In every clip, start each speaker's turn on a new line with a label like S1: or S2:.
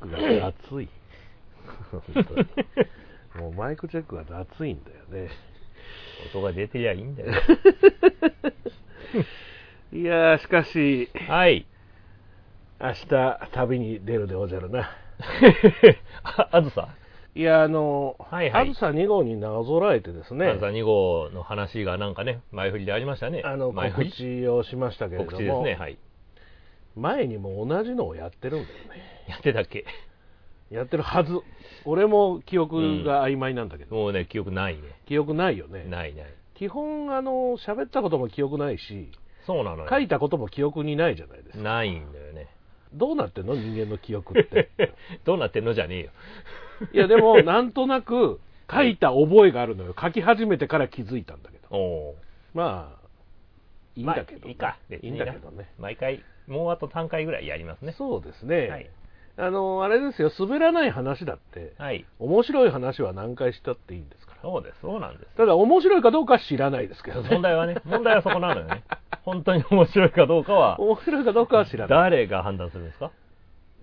S1: クが雑い。 本当にもうマイクチェックが雑いんだよね。
S2: 音が出てりゃいいん だよ。
S1: いやー、しかし、
S2: はい。
S1: 明日旅に出るでおじゃるな。
S2: ああずさ、
S1: いや、あの、
S2: はいはい
S1: あずさ2号になぞらえてですね、
S2: あずさ2号の話がなんかね、前振りでありましたね。
S1: あの
S2: 前
S1: 告知をしましたけれども、
S2: 告知ですね、はい。
S1: 前にも同じのをやってるんだよね。
S2: やってたっけ
S1: やってるはず。俺も記憶が曖昧なんだけど、
S2: もうね、記憶ないね。
S1: 記憶ないよね。
S2: ないない。
S1: 基本、あの、喋ったことも記憶ないし、
S2: そうなのよ。
S1: 書いたことも記憶にないじゃないですか。
S2: ないんだよ ね。
S1: どうなってんの人間の記憶って。
S2: どうなってんのじゃねえよ。
S1: いや、でも、 なんとなく、書いた覚えがあるのよ。書き始めてから気づいたんだけど。
S2: おお。
S1: まあ、いいんだけど、
S2: まあいいか。別
S1: い
S2: に
S1: いん
S2: な
S1: だけどね。
S2: 毎回、もうあと3回ぐらいやりますね。
S1: そうですね。
S2: はい
S1: あの、あれですよ、滑らない話だって、
S2: はい。
S1: 面白い話は何回したっていいんですから。
S2: そうです、そうなんです。
S1: ただ、面白いかどうかは知らないですけどね。
S2: 問題はね、問題はそこなのよね。本当に面白いかどうかは、
S1: 面白いかどうかは知らない。
S2: 誰が判断するんですか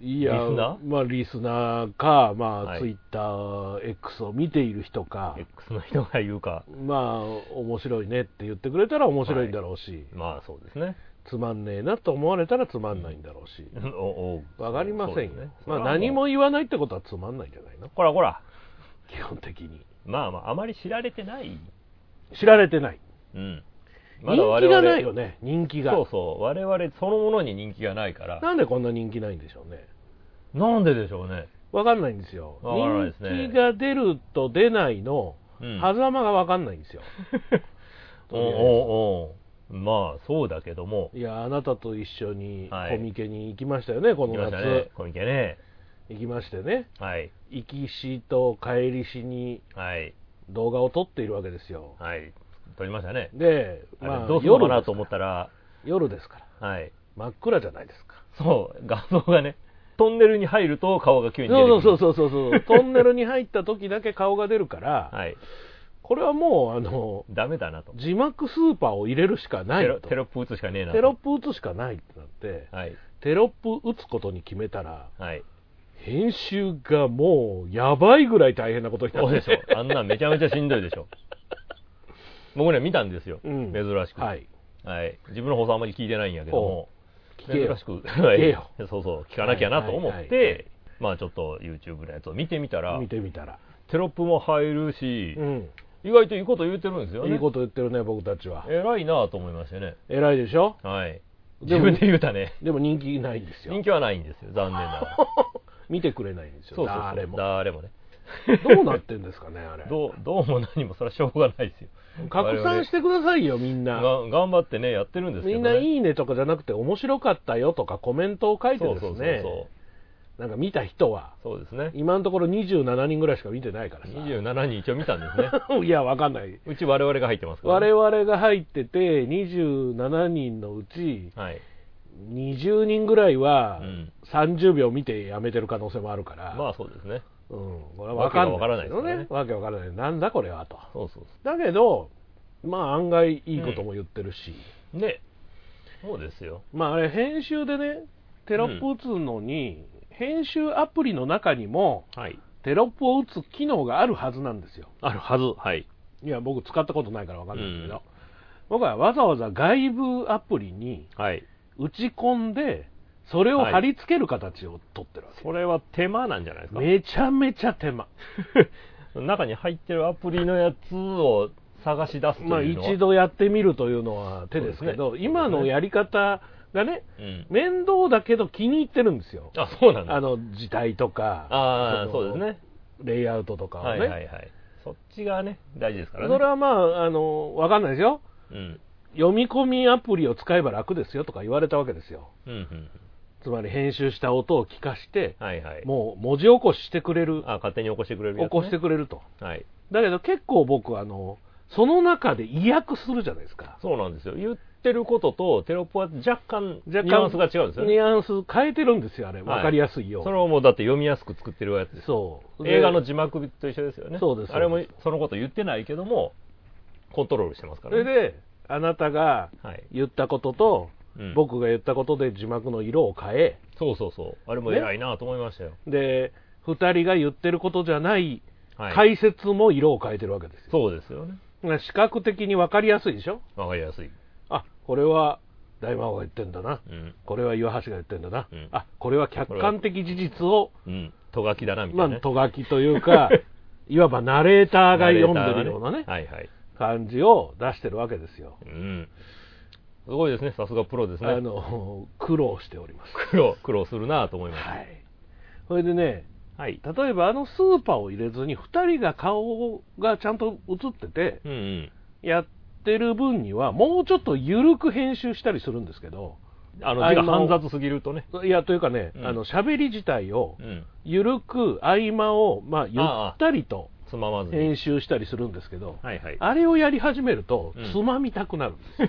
S1: いや、
S2: リスナー
S1: まあ、リスナーか、まあ、
S2: はい
S1: ツイッター X を見ている人か、
S2: ?X の人が言うか。
S1: まあ、面白いねって言ってくれたら面白いんだろうし、
S2: まあそうですね。
S1: つまんねえなと思われたらつまんないんだろうし、
S2: おお
S1: わかりませんよ、
S2: そうですね
S1: まあ、何も言わないってことはつまんないんじゃないの、
S2: こらこら。
S1: 基本的に。
S2: まあまあ、あまり知られてない。
S1: 知られてない。
S2: うん。
S1: 人気がないよね、人気が。
S2: そうそう。我々そのものに人気がないから。
S1: なんでこんな人気ないんでしょうね。
S2: なんででしょうね。
S1: わかんないんですよ。
S2: わからないですね
S1: 人気が出ると出ないの、
S2: うん。
S1: 狭間がわかんないんですよ。
S2: おうおうおうまあそうだけども。
S1: いや、あなたと一緒に
S2: はい
S1: コミケに行きましたよね、この
S2: 行きま
S1: 夏。
S2: したね。コミケね。
S1: 行きましてね。
S2: はい。
S1: 行きしと帰りしに
S2: はい。
S1: 動画を撮っているわけですよ。
S2: はい。撮りましたね。
S1: で、
S2: あ
S1: まあ、
S2: れどうするのか
S1: 夜
S2: な
S1: です
S2: と思ったら、
S1: 夜ですから。
S2: はい。
S1: 真っ暗じゃないですか。
S2: そう、画像がね、トンネルに入ると顔が急に出てく
S1: そ
S2: る。
S1: うそうそうそう そう。トンネルに入った時だけ顔が出るから、
S2: はい。
S1: これはもう、あの、
S2: ダメだなと。
S1: 字幕スーパーを入れるしかない
S2: テロ
S1: と。
S2: テロップ打つしかねえなと。
S1: テロップ打つしかないってなって、
S2: はい。
S1: テロップ打つことに決めたら、
S2: はい。
S1: 編集がもうやばいぐらい大変なことにな
S2: そう
S1: って
S2: でしょ。あんなめちゃめちゃしんどいでしょ。僕ね、見たんですよ。
S1: うん
S2: 珍しく。
S1: はい。
S2: はい。自分の放送あんまり聞いてないんやけども、
S1: 聞け
S2: 珍
S1: よ
S2: し。く、
S1: 聞けよ
S2: そうそう、聞かなきゃなと思
S1: は
S2: っ
S1: いはいはいはい
S2: て、まあちょっと YouTube のやつを見てみたら
S1: 見、てみたら。
S2: テロップも入るし
S1: う、ん。
S2: 意外といいこと言ってるんですよね。
S1: いいこと言ってるね、僕たちは。
S2: 偉いなぁと思いましてね。
S1: 偉いでしょ
S2: はい。
S1: で
S2: 自
S1: も
S2: 分で言うたね。
S1: でも人気ないんですよ
S2: 人。気はないんですよ、残念ながら。
S1: 見てくれないんですよ、
S2: そうそうそう
S1: 誰も。
S2: 誰もね。
S1: どうなってんですかね、あれ。
S2: どうどうも何も、それはしょうがないですよ。
S1: 拡散してくださいよ、みん
S2: 我
S1: な。
S2: 々が頑張ってね、やってるんですけ
S1: み
S2: ど、
S1: ん
S2: ね。
S1: な「いいね」とかじゃなくて面白かったよとかコメントを書いて
S2: そう
S1: で
S2: そ
S1: す
S2: うそう
S1: ね
S2: そ
S1: なんか見た人は
S2: う。そうですね。
S1: 今のところ27人ぐらいしか見てないからさ
S2: 27人一応見たんですね。
S1: いやわかんないう
S2: ち我々が入ってますから、
S1: 我
S2: ね。
S1: 々が入ってて27人のうち
S2: はい。
S1: 20人ぐらいは
S2: うん
S1: 30秒見てやめてる可能性もあるから、
S2: まあそうですね。
S1: うん、これはわかんないけど
S2: わけがわからないですからね
S1: わけわからないなんだこれはと
S2: そうそう
S1: だけどまあ案外いいことも言ってるし、
S2: そう。で、そうですよ。
S1: まああれ編集でねテロップ打つのに、編集アプリの中にも
S2: はい。
S1: テロップを打つ機能があるはずなんですよ
S2: あるはず。はい。
S1: いや僕使ったことないからわかんないんですけど、僕はわざわざ外部アプリに
S2: はい。
S1: 打ち込んでそれを貼り付ける形を取ってるわけ、
S2: それは手間なんじゃないです
S1: めちゃめちゃ手間
S2: か。中に入ってるアプリのやつを探し出すというの
S1: ま
S2: は
S1: あ。一。度やってみるというのは手ですけど
S2: そうですね
S1: 今のやり方がね
S2: うん。
S1: 面倒だけど気に入ってるんですよ
S2: あ、そうなんだ。
S1: あの字体とか
S2: ああ、そうです
S1: ね
S2: ね。
S1: レイアウトとかをね、
S2: はいはいはい。そっちがね、大事ですからね。
S1: それはまああの、わかんないですよ、
S2: うん。
S1: 読み込みアプリを使えば楽ですよとか言われたわけですよ、
S2: うんうん。
S1: つまり編集した音を聞かして、
S2: はいはい。
S1: もう文字起こししてくれる、
S2: あ、勝手に起こしてくれるやつ、
S1: 起
S2: ね。
S1: こしてくれると、
S2: はい。
S1: だけど結構僕あの、その中で意訳するじゃないですか、
S2: そうなんですよ。言ってることとテロップは若干、
S1: 若干
S2: ニュアンスが違うんですよ
S1: ニ
S2: ね。
S1: ュアンス変えてるんですよ、あれ、
S2: はい
S1: わかりやすいよう
S2: それ
S1: に、
S2: をもうだって読みやすく作ってるやつです。
S1: そうで
S2: 映画の字幕と一緒ですよね。
S1: そうです
S2: あれも
S1: そうで
S2: そのこと言ってないけども、コントロールしてますか
S1: それ
S2: らね。
S1: で、あなたが
S2: はい。
S1: 言ったことと、
S2: うん
S1: 僕が言ったことで字幕の色を変え、
S2: そうそうそう。あれも偉いなと思いましたよ。
S1: で、2人が言ってることじゃない
S2: はい。
S1: 解説も色を変えてるわけですよ。
S2: そうですよね。
S1: 視覚的に分かりやすいでしょ
S2: わかりやすい。
S1: あ、これは大魔王が言ってんだな。
S2: うん。
S1: これは岩橋が言ってんだな。
S2: うん
S1: あ、これは客観的事実を、
S2: うん。とがきだな、み
S1: ま
S2: た
S1: あ
S2: いな、ね。、
S1: とがきという か、いわばナレーターが読んでるようなね、
S2: はいはい。
S1: 感じを出してるわけですよ。
S2: うん。すごいですね。さすがプロです
S1: あ
S2: ね。
S1: の、苦労しております。
S2: 苦労、苦労するなと思います。
S1: はい。それでね、
S2: はい。
S1: 例えばあのスーパーを入れずに、2人が顔がちゃんと映ってて、
S2: うんうん。
S1: やってる分には、もうちょっと緩く編集したりするんですけど、
S2: あの
S1: あ
S2: 字が
S1: の
S2: 煩雑すぎるとね。
S1: いや、というかね、
S2: うん
S1: あの喋り自体を
S2: うん。
S1: 緩く合間を、まあ、ゆったりと
S2: つままずに。
S1: 編集したりするんですけど、
S2: はいはい。
S1: あれをやり始めると
S2: うん、
S1: つまみたくなるん ですよ。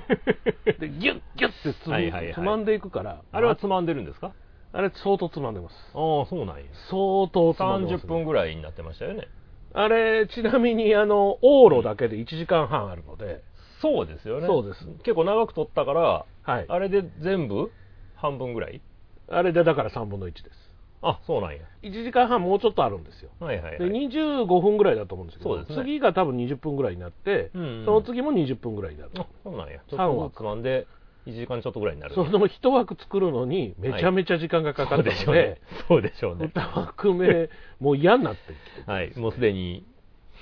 S1: で、ギュッギュッってつ,、
S2: はいはいはい
S1: つまんでいくから、
S2: あれはつまんでるんですかあ
S1: あれ相当つまんでます。
S2: あー、そうなんや。
S1: 相当つまんでます、
S2: 30分ぐらいになってましたよね。
S1: あれ、ちなみに、あの、往路だけで1時間半あるので、
S2: そうですよね。
S1: そうです
S2: 結構長く撮ったから、
S1: はい。
S2: あれで全部半分ぐらい
S1: あれでだから3分の1です。
S2: あ、そうなんや。
S1: 1時間半もうちょっとあるんですよ。
S2: はいはい、
S1: で、
S2: はい。
S1: 25分ぐらいだと思うんですけど、
S2: そうですね
S1: 次が多分20分ぐらいになって、
S2: うんうん
S1: その次も20分ぐらいになる。
S2: あ、そうなんや。ちょっ
S1: 三
S2: と
S1: 枠
S2: ずつつまんで、1時間ちょっとぐらいになる。
S1: その一枠作るのに、めちゃめちゃ時間がかか
S2: そ
S1: っ
S2: う
S1: た
S2: でしょ
S1: の
S2: うね
S1: で、。
S2: そうでしょうね。
S1: 二枠 目、もう嫌になってきて。
S2: はい。もうすでに、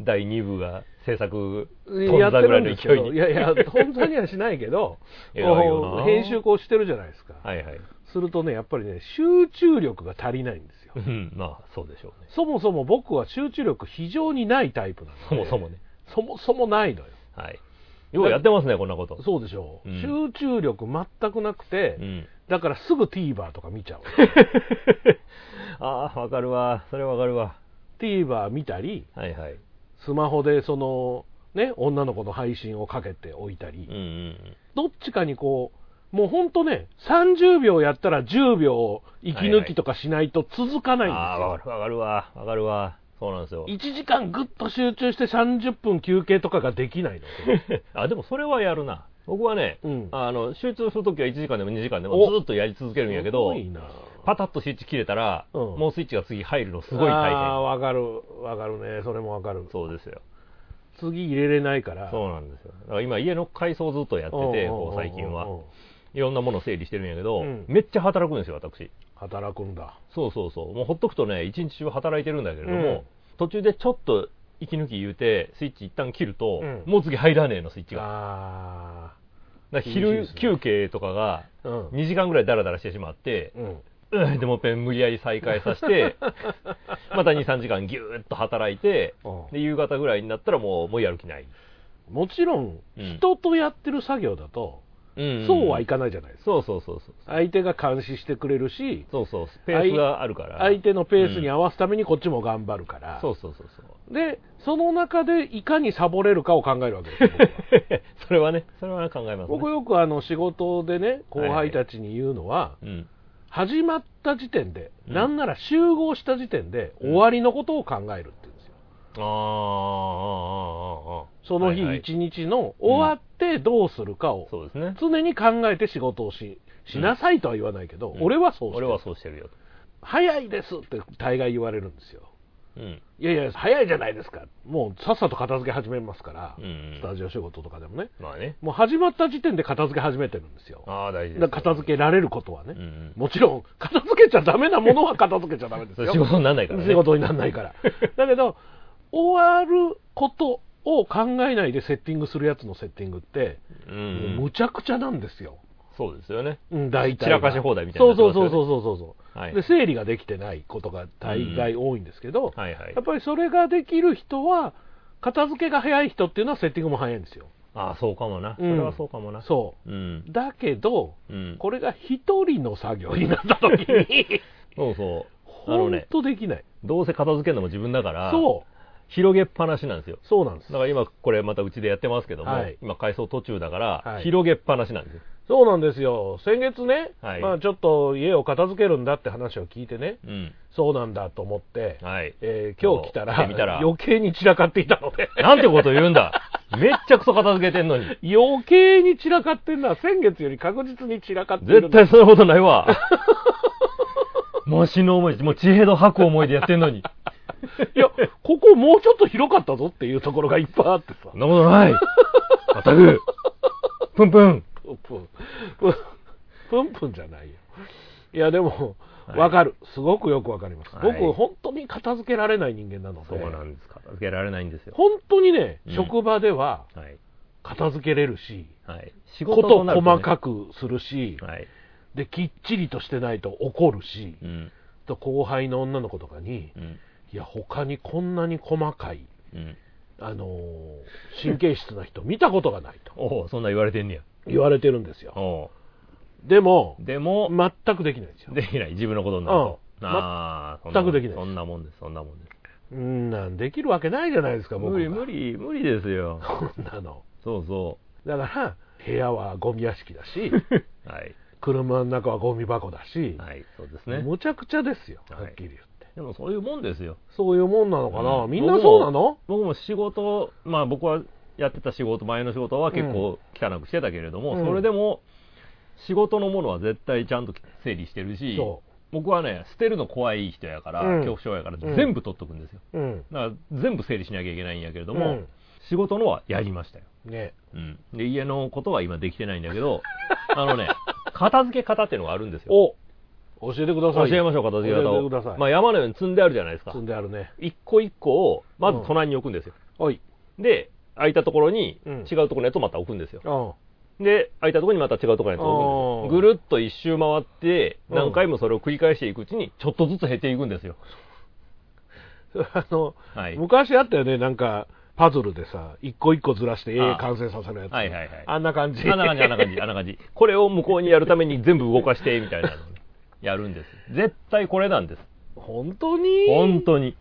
S2: 第2部が制作、
S1: や
S2: 飛ん
S1: って
S2: だぐ
S1: る
S2: らい
S1: んで
S2: の
S1: すけ
S2: 勢い
S1: ど、い
S2: に。、
S1: やいや、本当にはしないけど
S2: 偉いよな
S1: こう編集こうしてるじゃないですか、
S2: はいはい。
S1: するとね、やっぱりね、集中力が足りないんですよ
S2: う、ん、まあ、そうでしょうね。
S1: そもそも僕は集中力、非常にないタイプなので、
S2: そもそもね。
S1: そもそもないのよ、
S2: はい。ようやってますね、こんなこと。
S1: そうでしょう、
S2: うん
S1: 集中力全くなくて、
S2: うん。
S1: だからすぐ TVer とか見ちゃう、
S2: ああ、わかるわ。それわかるわ。
S1: TVer 見たり、
S2: はいはい。
S1: スマホでその、ね、女の子の配信をかけておいたり、
S2: うんうん
S1: どっちかにこう、もう本当ね、30秒やったら10秒息抜きとかしないと続か
S2: う。
S1: なんいんですよ。
S2: ああ、わかるわかるわ。わかるわ。そうなんですよ。
S1: 1時間ぐっと集中して30分休憩とかができ ないので
S2: あ、でもそれはやるな。僕はね、
S1: うん
S2: あの、集中するときは1時間でも2時間でも
S1: お
S2: ずっとやり続けるんやけ
S1: すご
S2: ど、
S1: いな
S2: パタッとスイッチ切れたら、
S1: うん
S2: もうスイッチが次入るのすごい
S1: ああ
S2: 大変。
S1: わかるわかるねそれもわかる
S2: そうですよ。
S1: 次入れれないから
S2: そうなんですよ。だから今家の改装ずっとやってて、
S1: うんうんうんうん
S2: こう最近は。いろんなものを整理してるんやけど、
S1: うん
S2: めっちゃ働くんですよ、私。
S1: 働くんだ
S2: そうそうそう。もうほっとくとね、一日中働いてるんだけれども、
S1: うん
S2: 途中でちょっと息抜き言うて、スイッチ一旦切ると、
S1: うん
S2: もう次入らねえの、スイッチが。
S1: あ
S2: だか
S1: 厳
S2: ら昼
S1: しいですね
S2: 休憩とかが、
S1: あうん
S2: 2時間ぐらいダラダラしてしまって、
S1: うん
S2: うんでもペン無理やり再開さ せて、また2、3時間ぎゅーっと働いて、
S1: うん
S2: で、夕方ぐらいになったらもう、もうやる気ない。
S1: もちろん
S2: うん
S1: 人とやってる作業だと、
S2: うん
S1: そうはいかないじゃないですか
S2: そうそうそうそう。
S1: 相手が監視してくれるし
S2: そうそう、スペースがあるから。
S1: 相手のペースに合わすためにこっちも頑張るから、
S2: そうそうそう そう。
S1: でその中でいかにサボれるかを考えるわけですよ 僕は
S2: それはね、それは考えますね。
S1: 僕よくあの仕事でね後輩たちに言うのは、
S2: うん。
S1: 始まった時点で、
S2: うん
S1: なんなら集合した時点で
S2: うん
S1: 終わりのことを考えるって言うんですよ
S2: ああ、ああ、ああ、ああ。
S1: その日
S2: はいはい
S1: 一日の終わってどうするかを
S2: そうですね。
S1: 常に考えて仕事をししなさいとは言わないけど、俺はそうして
S2: 俺
S1: る
S2: はそうしてるよと。
S1: 早いですって大概言われるんですよ
S2: うん。
S1: いやいや早いじゃないですかもうさっさと片付け始めますから、
S2: うんうん
S1: スタジオ仕事とかでもね
S2: まあね。
S1: もう始まった時点で片付け始めてるんですよ
S2: ああ、大事です。
S1: だから片付けられることはね、
S2: うんうん
S1: もちろん片付けちゃダメなものは片付けちゃダメです
S2: そ
S1: よ
S2: れ仕事にならないからね。
S1: 仕事にならない から。だけど、終わることを考えないでセッティングするやつのセッティングって、
S2: うんう。
S1: もうんむちゃくちゃなんですよ。
S2: そうですよね。
S1: うん、大体。
S2: 散らかし放題みたいになって
S1: そう
S2: ます
S1: そ
S2: よ
S1: う
S2: ね
S1: そうそうそうそう。
S2: はい
S1: で、整理ができてないことが大概多いんですけど、
S2: はいはい
S1: やっ。ぱりそれができる人は、片付けが早い人っていうのはセッティングも早いんですよ。
S2: ああ、そうかもな。それはそうかもな。
S1: そ
S2: うん
S1: う。。だけど、
S2: うん。
S1: これが一人の作業になった 時に、
S2: そうそう。あの
S1: ほん
S2: ね、
S1: とできない。
S2: どうせ片付けるのも自分だから、
S1: そう。
S2: 広げっぱなしなんですよ。
S1: そうなんです
S2: だ。から今、これまたうちでやってますけども、
S1: はい
S2: 今、改装途中だから、
S1: はい
S2: 広げっぱなしなんですよ。
S1: そうなんですよ、先月ね、
S2: はい
S1: まあ、ちょっと家を片付けるんだって話を聞いてね、
S2: うん。
S1: そうなんだと思って、
S2: はい。
S1: えー今日来た
S2: 来て
S1: ら
S2: みたら
S1: 余計に散らかっていたので、
S2: なんてこと言うんだめっちゃクソ片付けてんのに。
S1: 余計に散らかってんな。先月より確実に散らかってる。
S2: 絶対そんなことない わ。もう死ぬ思い、もう地平道吐く思いでやってんのに。
S1: いや、ここもうちょっと広かったぞっていうところがいっぱいあってさ
S2: そ。んなこと ない。まったく。プンプン。
S1: プンプン。プンプンプンじゃないよ。いや、でも、
S2: はい
S1: わかる。すごくよくわかります。
S2: はい
S1: 僕、本当に片付けられない人間なの
S2: そ
S1: で、
S2: うなんです。片付けられないんですよ。
S1: 本当にね、
S2: うん
S1: 職場では
S2: はい。
S1: 片付けれるし、
S2: はい。仕
S1: こと
S2: なるね
S1: 細かくするし、
S2: はい。
S1: で、きっちりとしてないと怒るし、
S2: うん。
S1: と後輩の女の子とかに、
S2: うん。
S1: いや、他にこんなに細かい、
S2: うん。
S1: あのー神経質な人見たことがないと
S2: おお、そんな言われてんねや。
S1: 言われてるんですよ。
S2: おう
S1: でも、
S2: でも、
S1: 全くできないんですよ。
S2: できない。自分のことになると。
S1: うん
S2: ああ、
S1: 全くできない
S2: そんなもんです。そんなもんです。
S1: うんなんできるわけないじゃないですか、僕が
S2: 無理、無理、無理ですよ。
S1: こんなの。
S2: そうそ
S1: だから、部屋はゴミ屋敷だ し、
S2: う。はい。
S1: 車の中はゴミ箱だし、
S2: はい、そうですね。
S1: むちゃくちゃですよ、
S2: はい
S1: はっきり言って。
S2: でもそういうもんですよ。
S1: そういうもんなのかな、
S2: うん
S1: みんなそうなの
S2: 僕も仕事、まあ僕はやってた仕事、前の仕事は結構汚くしてたけれども、
S1: うん
S2: それでも、仕事のものは絶対ちゃんと整理してるし、
S1: そ
S2: 僕はね、捨てるの怖い人やから、
S1: うん
S2: 恐怖症やから、
S1: うん
S2: 全部取っとくんですよ。
S1: う。うん。
S2: だから全部整理しなきゃいけないんやけれども、
S1: うん
S2: 仕事のはやりましたよ。
S1: ね。
S2: うん。で、家のことは今できてないんだけど、 あのね、片付け方っていうのがあるんですよ。
S1: お教えてくださ
S2: 教
S1: い。
S2: えましょう、片付け方
S1: 教えてくださ
S2: を。
S1: い
S2: まあ山のように積んであるじゃないですか
S1: 積。んであるね。
S2: 一個一個を、まず隣に置くんですよ。
S1: おい。
S2: で、空いたところに
S1: うん
S2: 違うところのやつをまた置くんですよ。
S1: うん。で
S2: で、、空いたところにまた違うところのやつを置くんですよ。ぐるっと一周回って、
S1: うん
S2: 何回もそれを繰り返していくうちに、ちょっとずつ減っていくんですよ。
S1: あの、
S2: はい。
S1: 昔あったよね、なんか、パズルでさ、一個一個ずらして
S2: あ
S1: A
S2: あ
S1: 完成させるやつ。
S2: はいはいはい
S1: あんな感じ。
S2: あんな感じ、あんな感 じ、あんな感じ。これを向こうにやるために全部動かして、みたいなのを ねやるんです。絶対これなんです。
S1: 本当に
S2: 本当に。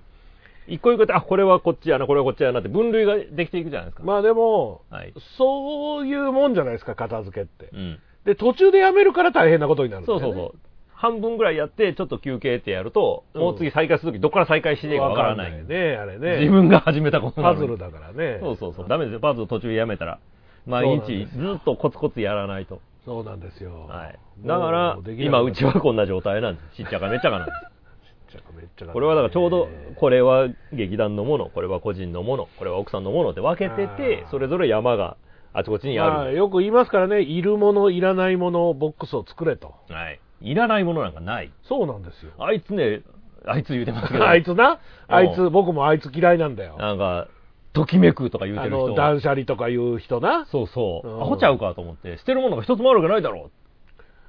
S2: 一個一個で、あ、これはこっちやな、これはこっちやなって分類ができていくじゃないですか。
S1: まあでも、
S2: はい。
S1: そういうもんじゃないですか、片付けって
S2: う。ん。
S1: で、途中でやめるから大変なことになるんだ
S2: そ
S1: よ
S2: う
S1: ね。
S2: そうそう。半分ぐらいやって、ちょっと休憩ってやると、
S1: うん
S2: もう次再開するとき、どっから再開していいかわからない。
S1: わね、あれね。
S2: 自分が始めたことな
S1: パ
S2: の
S1: ズ
S2: に
S1: ルだからね。
S2: そうそうそう。ダメですよ。パズル途中やめたら。毎日
S1: そ
S2: ずっとコツコツやらないと。
S1: そうなんですよ。
S2: はい。だから
S1: も、できなくな
S2: 今
S1: っ
S2: うちはこんな状態なんです。ちっちゃかめっちゃかなんで
S1: ちっちゃくめっちゃ
S2: す。これはだからちょうど、これは劇団のもの、これは個人のもの、これは奥さんのものって分けてて
S1: あー、
S2: それぞれ山があちこちに
S1: ま
S2: あ
S1: あ、
S2: る。
S1: よく言いますからね、いるもの、いらないもの、ボックスを作れと。
S2: はい。いらないものなんかない。
S1: そうなんですよ。
S2: あいつね、あいつ言うてますけ ど。
S1: あいつな、
S2: うん
S1: あいつ、僕もあいつ嫌いなんだよ。
S2: なんか、ときめくとか言う
S1: あ
S2: てる人
S1: の、。断捨離とかいう人な。
S2: そうそうう。
S1: ん
S2: アホちゃうかと思って、捨てるものが一つもあるわけないだろ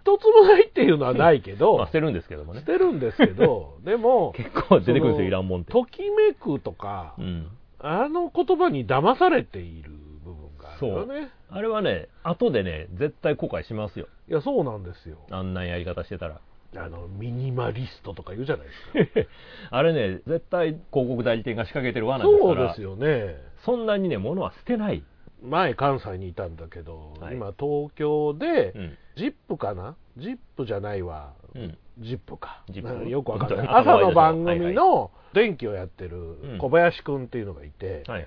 S1: 一つもないっていうのはないけ
S2: う。
S1: ど、
S2: まあ、捨てるんですけども
S1: 捨
S2: ね。
S1: てるんですけ ど、でも、
S2: 結構出てくるん
S1: そ
S2: ですよ、
S1: の
S2: いらんもんって。
S1: ときめくとか、
S2: うん。
S1: あの言葉に騙されている部分があるよね。
S2: あれはね、後でね、絶対後悔しますよ。
S1: いや、そうなんですよ。
S2: あんなやり方してた ら。
S1: あの、ミニマリストとか言うじゃないですか。
S2: あれね、絶対広告代理店が仕掛けてる罠です
S1: そ
S2: か
S1: うで
S2: ら。
S1: すよね。
S2: そんなにね、物は捨てない。
S1: 前、関西にいたんだけど、
S2: はい
S1: 今、東京で
S2: う、ん。
S1: ジップかなジップじゃないわ。
S2: うん。
S1: ジップか。
S2: ジップ
S1: なんかよくわかんない。
S2: 本当
S1: 朝
S2: に
S1: の番組の電気をやってる
S2: ん
S1: 小林くんっていうのがいて、
S2: はいはい。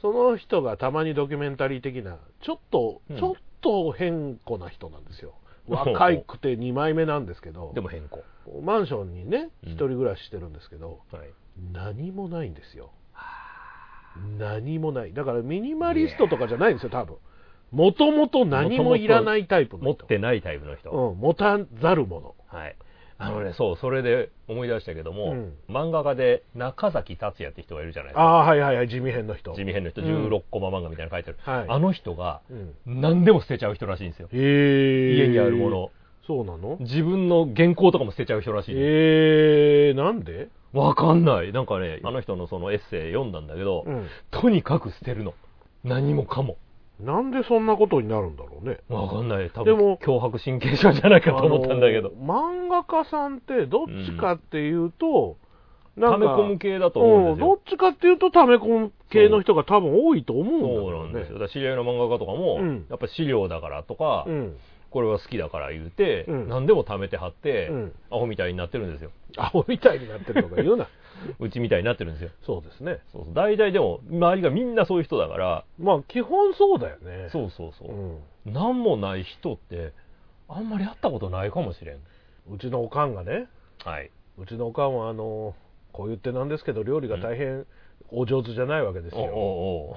S1: その人がたまにドキュメンタリー的な、ちょっと、
S2: うん
S1: ちょっと変更な人なんですよ。
S2: ほうほう
S1: 若いくて2枚目なんですけど
S2: で、も変更。
S1: マンションにね、
S2: うん
S1: 一人暮らししてるんですけど、
S2: はい。
S1: 何もないんですよ何もないだからミニマリストとかじゃないんですよ多分もともと何もいらないタイプの
S2: 持っ
S1: 人
S2: てないタイプの人。
S1: うん、持たざるもの
S2: はい。あのね、そう、それで思い出したけども、
S1: うん
S2: 漫画家で中崎達也って人がいるじゃないです
S1: あ
S2: か。
S1: あーはいはいはい地味編の人
S2: 地味編の人、
S1: うん
S2: 16コマ漫画みたいなの書いてある。
S1: はい
S2: あの人が、
S1: うん
S2: 何でも捨てちゃう人らしいんですよ。
S1: へえ
S2: 家にあるもの。
S1: そうなの
S2: 自分の原稿とかも捨てちゃう人らしいです。
S1: えー、なんで、
S2: わかんない。なんかね、あの人のそのエッセイ読んだんだけど、
S1: うん、
S2: とにかく捨てるの。何もかも。
S1: なんでそんなことになるんだろうね
S2: わかんない。多
S1: で
S2: 分、
S1: も
S2: 脅迫神経症じゃないかと思ったんだけ
S1: あ
S2: ど。
S1: の漫画家さんってどっちかっていうと、な
S2: 溜
S1: ん
S2: め
S1: か
S2: 込む系だと思うんです
S1: どっ
S2: よ。
S1: ちかっていうと溜め込む系の人が多分多いと思うんだけ
S2: そう
S1: ど
S2: なん
S1: ね
S2: ですよ。だから知り合いの漫画家とかも、
S1: うん
S2: やっぱ資料だからとか、
S1: うん
S2: これは好きだから言うて、
S1: うん
S2: 何でも貯めて貼って、
S1: うん
S2: アホみたいになってるんですよ
S1: アホみたいになってるとか言うな
S2: うちみたいになってるんですよ
S1: そうですね
S2: そうそう大体でも周りがみんなそういう人だから
S1: まあ基本そうだよね
S2: そうそうそうう、
S1: ん
S2: なん、何もない人ってあんまり会ったことないかもしれん
S1: うちのおかんがね
S2: はいう
S1: ちのおかんはあのこう言ってなんですけど料理が大変お上手じゃないわけです
S2: おう
S1: よ、
S2: おうおう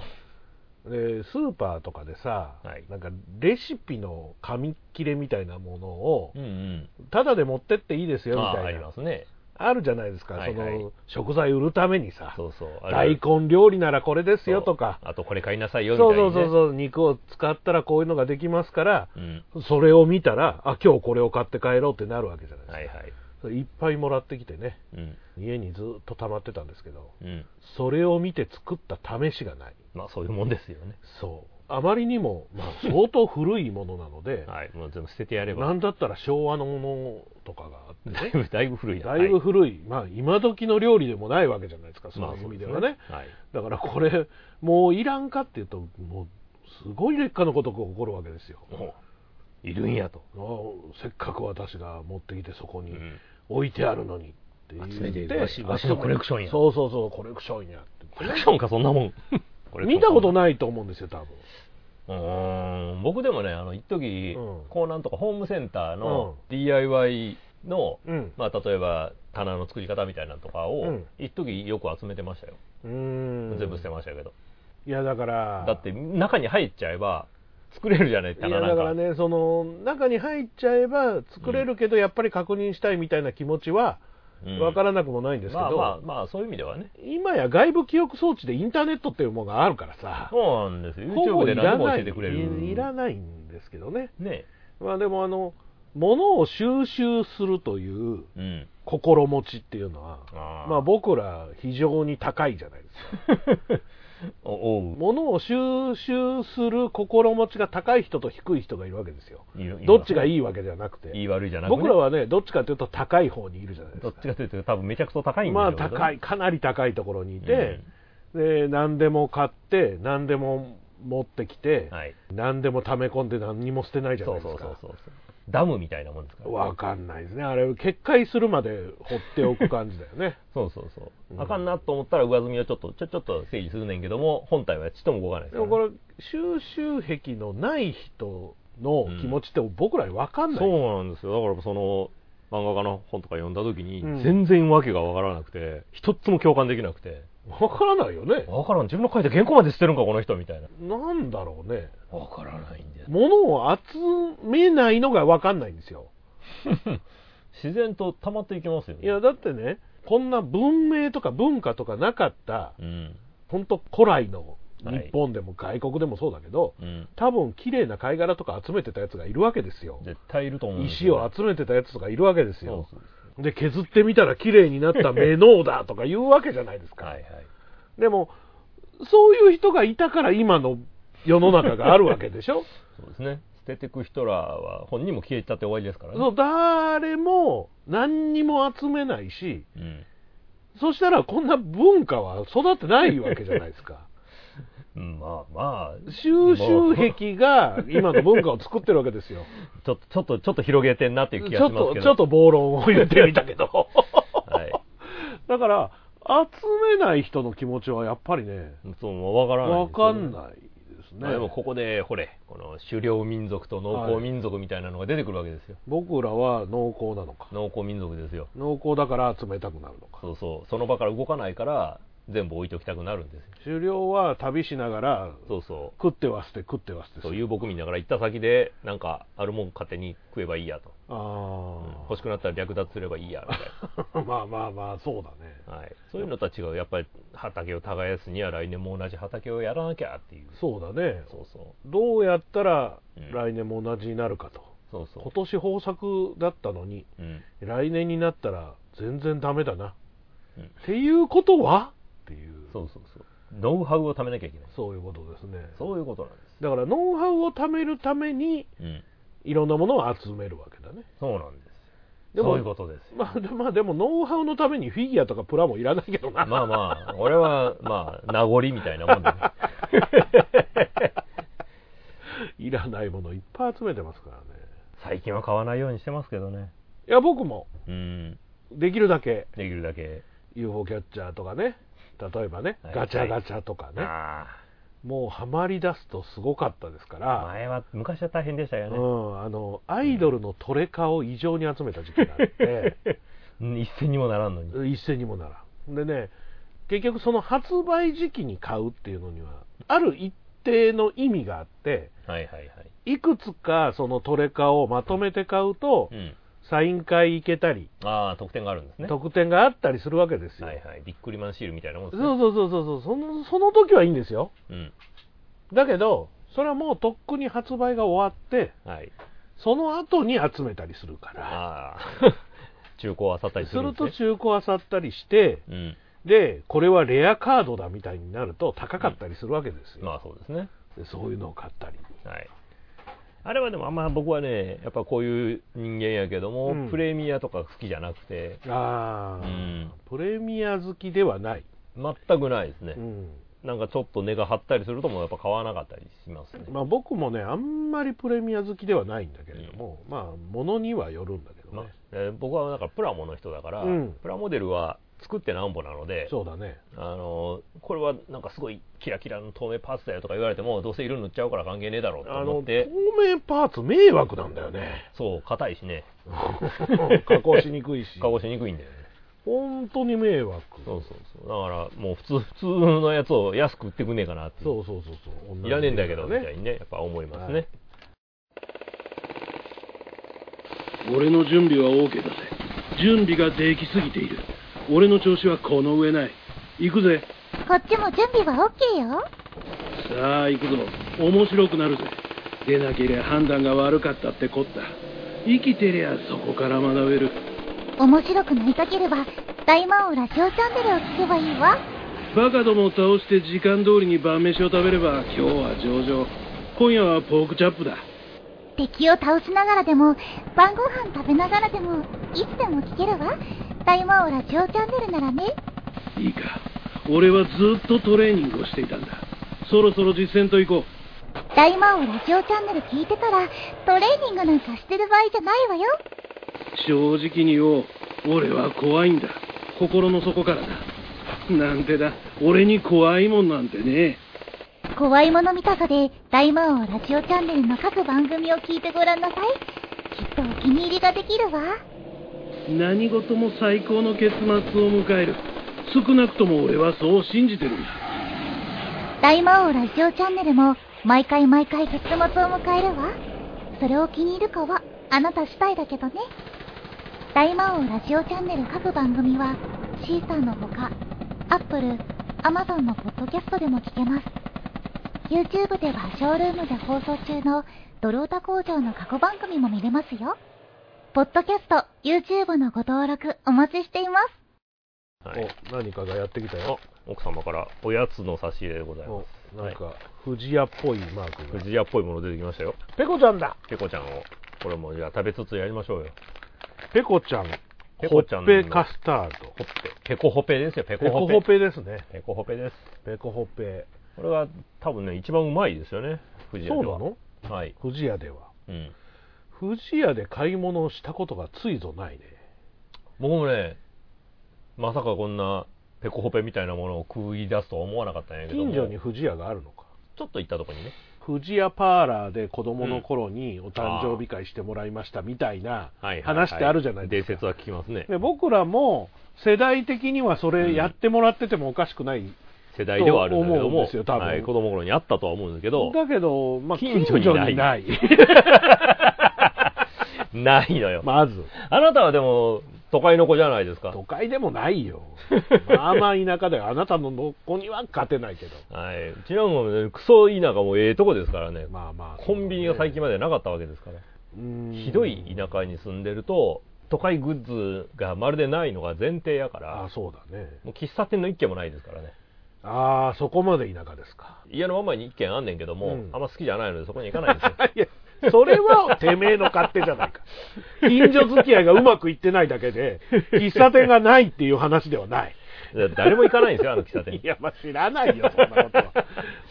S1: でスーパーとかでさ、
S2: はい
S1: なんかレシピの紙切れみたいなものを
S2: うんうん
S1: ただで持ってっていいですよみ
S2: あ
S1: た
S2: あ
S1: い
S2: り
S1: な
S2: ますね
S1: あるじゃないですか、
S2: はいはい
S1: その食材売るためにさ
S2: そうそうあ
S1: 大
S2: れ
S1: 根料理ならこれですよとか
S2: そうあとこれ買いなさい
S1: そ
S2: よ
S1: う
S2: みたいな、ね、
S1: そうそうそう肉を使ったらこういうのができますから
S2: うん
S1: それを見たらあ今日これを買って帰ろうってなるわけじゃないですか、
S2: はいはい
S1: それいっぱいもらってきてね
S2: うん
S1: 家にずっと溜まってたんですけど
S2: うん
S1: それを見て作った試しがない
S2: まあそういうもんですよね
S1: そうあまりにも、まあ、相当古いものなので
S2: はいもう全部捨ててやれば
S1: なんだったら昭和のものとかがあって
S2: だいぶだいぶ古いな
S1: だいぶ古い、まあ今時の料理でもないわけじゃないですかその
S2: まあ
S1: 意
S2: そう
S1: 味
S2: で
S1: ですはね,、
S2: はい
S1: だからこれもういらんかっていうともうすごい劣化のことが起こるわけですよ
S2: おいるんやと、
S1: あせっかく私が持ってきてそこ
S2: う
S1: に
S2: ん
S1: 置いてあるのにって言って
S2: 集めているわしわしのコレクションや
S1: そうそうそうコレクションやって
S2: コレクションかそんなもんコレクション
S1: 見たことないと思うんですよ多分
S2: うーん僕でもねあの一時、
S1: うん
S2: 港南とかホームセンターの DIY の、
S1: うん
S2: まあ、例えば棚の作り方みたいなのとかを、
S1: うん
S2: 一時よく集めてましたよ、
S1: うーん
S2: 全部捨てましたけど
S1: いやだから
S2: だって中に入っちゃえば作れるじゃない
S1: いや
S2: 棚なん
S1: だ
S2: か
S1: からねその中に入っちゃえば作れるけど、やっぱり確認したいみたいな気持ちは
S2: うん
S1: 分からなくもないんですけど、
S2: まあまあまあそういう意味ではね
S1: 今や外部記憶装置でインターネットっていうものがあるからさ
S2: そうなんですよ
S1: ほぼ
S2: YouTube で
S1: いら
S2: 何でも
S1: な
S2: 教
S1: い
S2: えてくれる
S1: いいらないんですけどね
S2: ね
S1: まあでもあの物を収集するという
S2: うん
S1: 心持ちっていうのは
S2: あー
S1: まあ僕ら非常に高いじゃないですか
S2: おおう
S1: 物を収集する心持ちが高い人と低い人がいるわけですよ
S2: いる
S1: どっちが
S2: い
S1: いいわけじゃなくて
S2: いいい悪いじゃなくて、
S1: 僕らはねどっちかというと高い方にいるじゃないです
S2: どっ
S1: か
S2: ちかというと多分めちゃくちゃ高いんで
S1: まあ高
S2: い
S1: いかなり高いところにいて、で何でも買って何でも持ってきて、
S2: はい
S1: 何でも溜め込んで何にも捨てないじゃな
S2: そ
S1: いうで
S2: そ
S1: す
S2: う
S1: か
S2: そうそうそうダムみたいなもんですから、
S1: わかんないですねあれ決壊するまで放っておく感じだよ ね
S2: そうそうそう、
S1: うん
S2: あかんなと思ったら上積みをちょっとちょちょっと整理するねんけども本体はちっとも動かないです
S1: で
S2: から
S1: も
S2: ね
S1: これ収集癖のない人の気持ちって僕らにわかんない、
S2: そうなんですよだからその漫画家の本とか読んだ時に、
S1: うん
S2: 全然わけがわからなくて一つも共感できなくて
S1: わからないよね
S2: わからん自分の書いた原稿まで捨てるんかこの人みたいな
S1: なんだろうね
S2: わからないんです
S1: 物を集めないのがわかんないんですよ
S2: 自然と溜まっていきますよね
S1: いやだってねこんな文明とか文化とかなかった
S2: うん
S1: 本当古来の日本でも外国でもそうだけど、
S2: うん
S1: 多分綺麗な貝殻とか集めてたやつがいるわけですよ
S2: 絶対いると思うんです
S1: 石を集めてたやつとかいるわけですよ
S2: そうそう
S1: で削ってみたら綺麗になったメノーだとか言うわけじゃないです
S2: そう
S1: か、
S2: はいはい
S1: でもそういう人がいたから今の世の中があるわけでし ょ
S2: そうですね捨ててく人らは本人も消えちゃって終わりですからね
S1: そう誰も何にも集めないし
S2: うん
S1: そしたらこんな文化は育ってないわけじゃないですか
S2: うんまあまあ
S1: 収集癖が今の文化を作ってるわけですよ
S2: ちょっとちょっとちょっと広げてんなっていう気
S1: ち
S2: が
S1: ょ
S2: し
S1: っ
S2: ます
S1: と
S2: けど
S1: ちょっと暴論を言ってみたけど
S2: はい
S1: だから集めない人の気持ちはやっぱりね
S2: そうもうわからない
S1: わかん
S2: い
S1: ないです
S2: でも
S1: ね
S2: ここでほれこの狩猟民族と農耕民族みたいなのが出てくるわけですよ、
S1: 僕らは濃厚なのか
S2: 農耕民族ですよ
S1: 濃厚だから集めたくなるのか
S2: そうそうその場から動かないから全部置いておきたくなるんですよ
S1: 狩猟は旅しながら
S2: そうそう
S1: 食っては捨て食っては捨て
S2: そう遊牧民だから行った先でなんかあるもん勝手に食えばいいやと、うん
S1: あ
S2: 欲しくなったら略奪すればいいやみたい
S1: あ、 まあまあまあそうだね
S2: な、はい、そういうのとは違うやっぱり畑を耕すには来年も同じ畑をやらなきゃっていう
S1: そうだね
S2: そうそう
S1: どうやったら
S2: うん
S1: 来年も同じになるかと、
S2: そうそう
S1: 今年豊作だったのに
S2: うん
S1: 来年になったら全然ダメだな、
S2: うん
S1: っていうことはっていう
S2: そうそうそうノウハウを貯めなきゃいけない
S1: そういうことですね
S2: そういうことなんです
S1: だからノウハウを貯めるために
S2: うん、
S1: いろんなものを集めるわけだね
S2: そうなんです。
S1: でも
S2: そういうことですよ。
S1: まあで,、まあ、でもノウハウのためにフィギュアとかプラもいらないけどな、
S2: まあまあ、俺は、まあ、名残みたいなも んでね。
S1: いらないものいっぱい集めてますからね
S2: 最近は買わないようにしてますけどね
S1: いや僕も
S2: うん
S1: できるだけ
S2: できるだけ
S1: UFO キャッチャーとかね例えばね
S2: はい
S1: ガチャガチャとかね、
S2: あ
S1: もうハマり出すとすごかったですか
S2: あ
S1: ら、
S2: 前は昔は大変でしたよ
S1: う
S2: ね、
S1: ん、あのアイドルのトレカを異常に集めた時期があ って
S2: うん一銭にもならんのに、
S1: 一斉にもならんでね結局その発売時期に買うっていうのにはある一定の意味があって
S2: はいはいはい、
S1: いくつかそのトレカをまとめて買うと、
S2: うん、
S1: サイン会行けたり、
S2: ああ特典があるんですね
S1: 特典があったりするわけですよ、
S2: はいはいビックリマンシールみたいなもんで
S1: そ
S2: す
S1: う
S2: ね
S1: そうそうそうそうそのその時はいいんですよ
S2: うん
S1: だけどそれはもうとっくに発売が終わって
S2: はい
S1: その後に集めたりするから
S2: ああ 中古を漁ったりす
S1: す
S2: るん
S1: る
S2: です、
S1: と
S2: ね、
S1: 中古あさったりして
S2: うん
S1: でこれはレアカードだみたいになると高かったりするわけですよ、
S2: まあそうですね
S1: でそういうのを買ったり
S2: はいあれはでもあんま僕はねやっぱこういう人間やけども、
S1: うん
S2: プレミアとか好きじゃなくて
S1: ああ、
S2: うん
S1: プレミア好きではない、
S2: 全くないですね、
S1: うん
S2: なんかちょっと値が張ったりするともうやっぱ買わなかったりしますね、
S1: まあ、僕もねあんまりプレミア好きではないんだけれども、まあ物にはよるんだけどね、
S2: まあえー僕はだからプラモの人だから、
S1: うん
S2: プラモデルは作ってなんぼなので
S1: そうだね
S2: あのこれはなんかすごいキラキラの透明パーツだよとか言われてもどうせ色塗っちゃうから関係ねえだろうと
S1: あ
S2: 思
S1: の
S2: っ
S1: 透
S2: て
S1: 明パーツ迷惑なんだよ ね
S2: そう硬いしね
S1: 加工しにくいし
S2: 加工しにくいんだよね
S1: 本当に迷惑
S2: そうそうそうだからもう普通普通のやつを安く売ってくんねえかなっていう
S1: そうそうそうそう
S2: いらねえんだけどみ
S1: 同じ
S2: たいにねやっぱ思います
S1: はい
S2: ね、
S3: 俺の準備は OK だぜ準備ができすぎている俺の調子はこの上ない行くぜ
S4: こっちも準備は OK よ。
S3: さあ行くぞ面白くなるぜ出なけりゃ判断が悪かったってこった生きてりゃそこから学べる
S4: 面白くなりたければ、大魔王ラジオチャンネルを聞けばいいわ。
S3: バカどもを倒して時間通りに晩飯を食べれば今日は上々今夜はポークチャップだ
S4: 敵を倒しながらでも、晩ご飯食べながらでも、いつでも聞けるわ。大魔王ラジオチャンネルならね。
S3: いいか俺はずっとトレーニングをしていたんだそろそろ実践と行こう
S4: 大魔王ラジオチャンネル聞いてたら、トレーニングなんかしてる場合じゃないわよ。
S3: 正直に言おう俺は怖いんだ心の底からだなんてだ俺に怖いもんなんてね
S4: 怖いもの見たさで、大魔王ラジオチャンネルの各番組を聞いてごらんなさい。きっとお気に入りができるわ。
S3: 何事も最高の結末を迎える少なくとも俺はそう信じてるんだ
S4: 大魔王ラジオチャンネルも毎回毎回結末を迎えるわそれを気に入るかはあなた次第だけどね大魔王ラジオチャンネル各番組はシーサーのほか Apple、Amazon のポッドキャストでも聞けます YouTube ではショールームで放送中のドロータ工場の過去番組も見れますよポッドキャスト、YouTube のご登録お待ちしています
S2: はい、
S1: お何かがやってきたよ
S2: 奥様からおやつの差し入れでございま
S1: お
S2: す
S1: なんか藤屋っぽいマークが
S2: 藤屋っぽいもの出てきましたよ
S1: ペコちゃんだ
S2: ペコちゃんをこれもじゃあ食べつつやりましょうよ
S1: ペコちゃん
S2: ペ
S1: ほ
S2: コ
S1: っ
S2: ちゃんの
S1: ぺカスタード
S2: ほっぺペコほぺですよペコ
S1: ペ
S2: ほ
S1: コ
S2: ぺ
S1: ほぺですね
S2: ペコほぺです
S1: ペコほぺ
S2: これは多分ね一番うまいですよね藤
S1: そ
S2: 屋
S1: う
S2: では
S1: なの
S2: のはい、
S1: 藤屋では
S2: うん、
S1: 富士屋で買い物をしたことがついぞないね
S2: 僕もねまさかこんなペコほぺみたいなものを食い出すとは思わなかったんやけども
S1: 近所に富士屋があるのか
S2: ちょっと行ったとこにね
S1: 富士屋パーラーで子供の頃にお誕生日会してもらいましたみたいな話ってあるじゃないですか、
S2: 伝説は聞きますね
S1: で僕らも世代的にはそれやってもらっててもおかしくない、
S2: 世代ではあるんだけど
S1: と思うん
S2: も
S1: ですよ多分
S2: はい、子供頃にあったとは思うんだけど
S1: だけど、まあ、近
S2: 近
S1: 所
S2: 所
S1: に
S2: に
S1: な
S2: ないい ないのよ、
S1: まず
S2: あなたはでも都会の子じゃないですか
S1: 都会でもない よまあまあ田舎だよあなたのどこには勝てないけど
S2: はい、うちのもね、クソ田舎もええとこですからね、
S1: まあまあ
S2: コンビニが最近までなかったわけですから、
S1: うん
S2: ひどい田舎に住んでると、都会グッズがまるでないのが前提やから
S1: あ、そうだね
S2: もう喫茶店の一軒もないですからね、
S1: ああそこまで田舎ですか
S2: 家のままに一軒あんねんけども、
S1: うん
S2: あんま好きじゃないので、そこに行かないんですよ。
S1: いやそれはてめえの勝手じゃない か。近所付き合いがうまくいってないだけで、喫茶店がないっていう話ではない。
S2: だって誰も行かないんですよ、あの喫茶店
S1: い。や、まあ、知らないよ、そんなことは。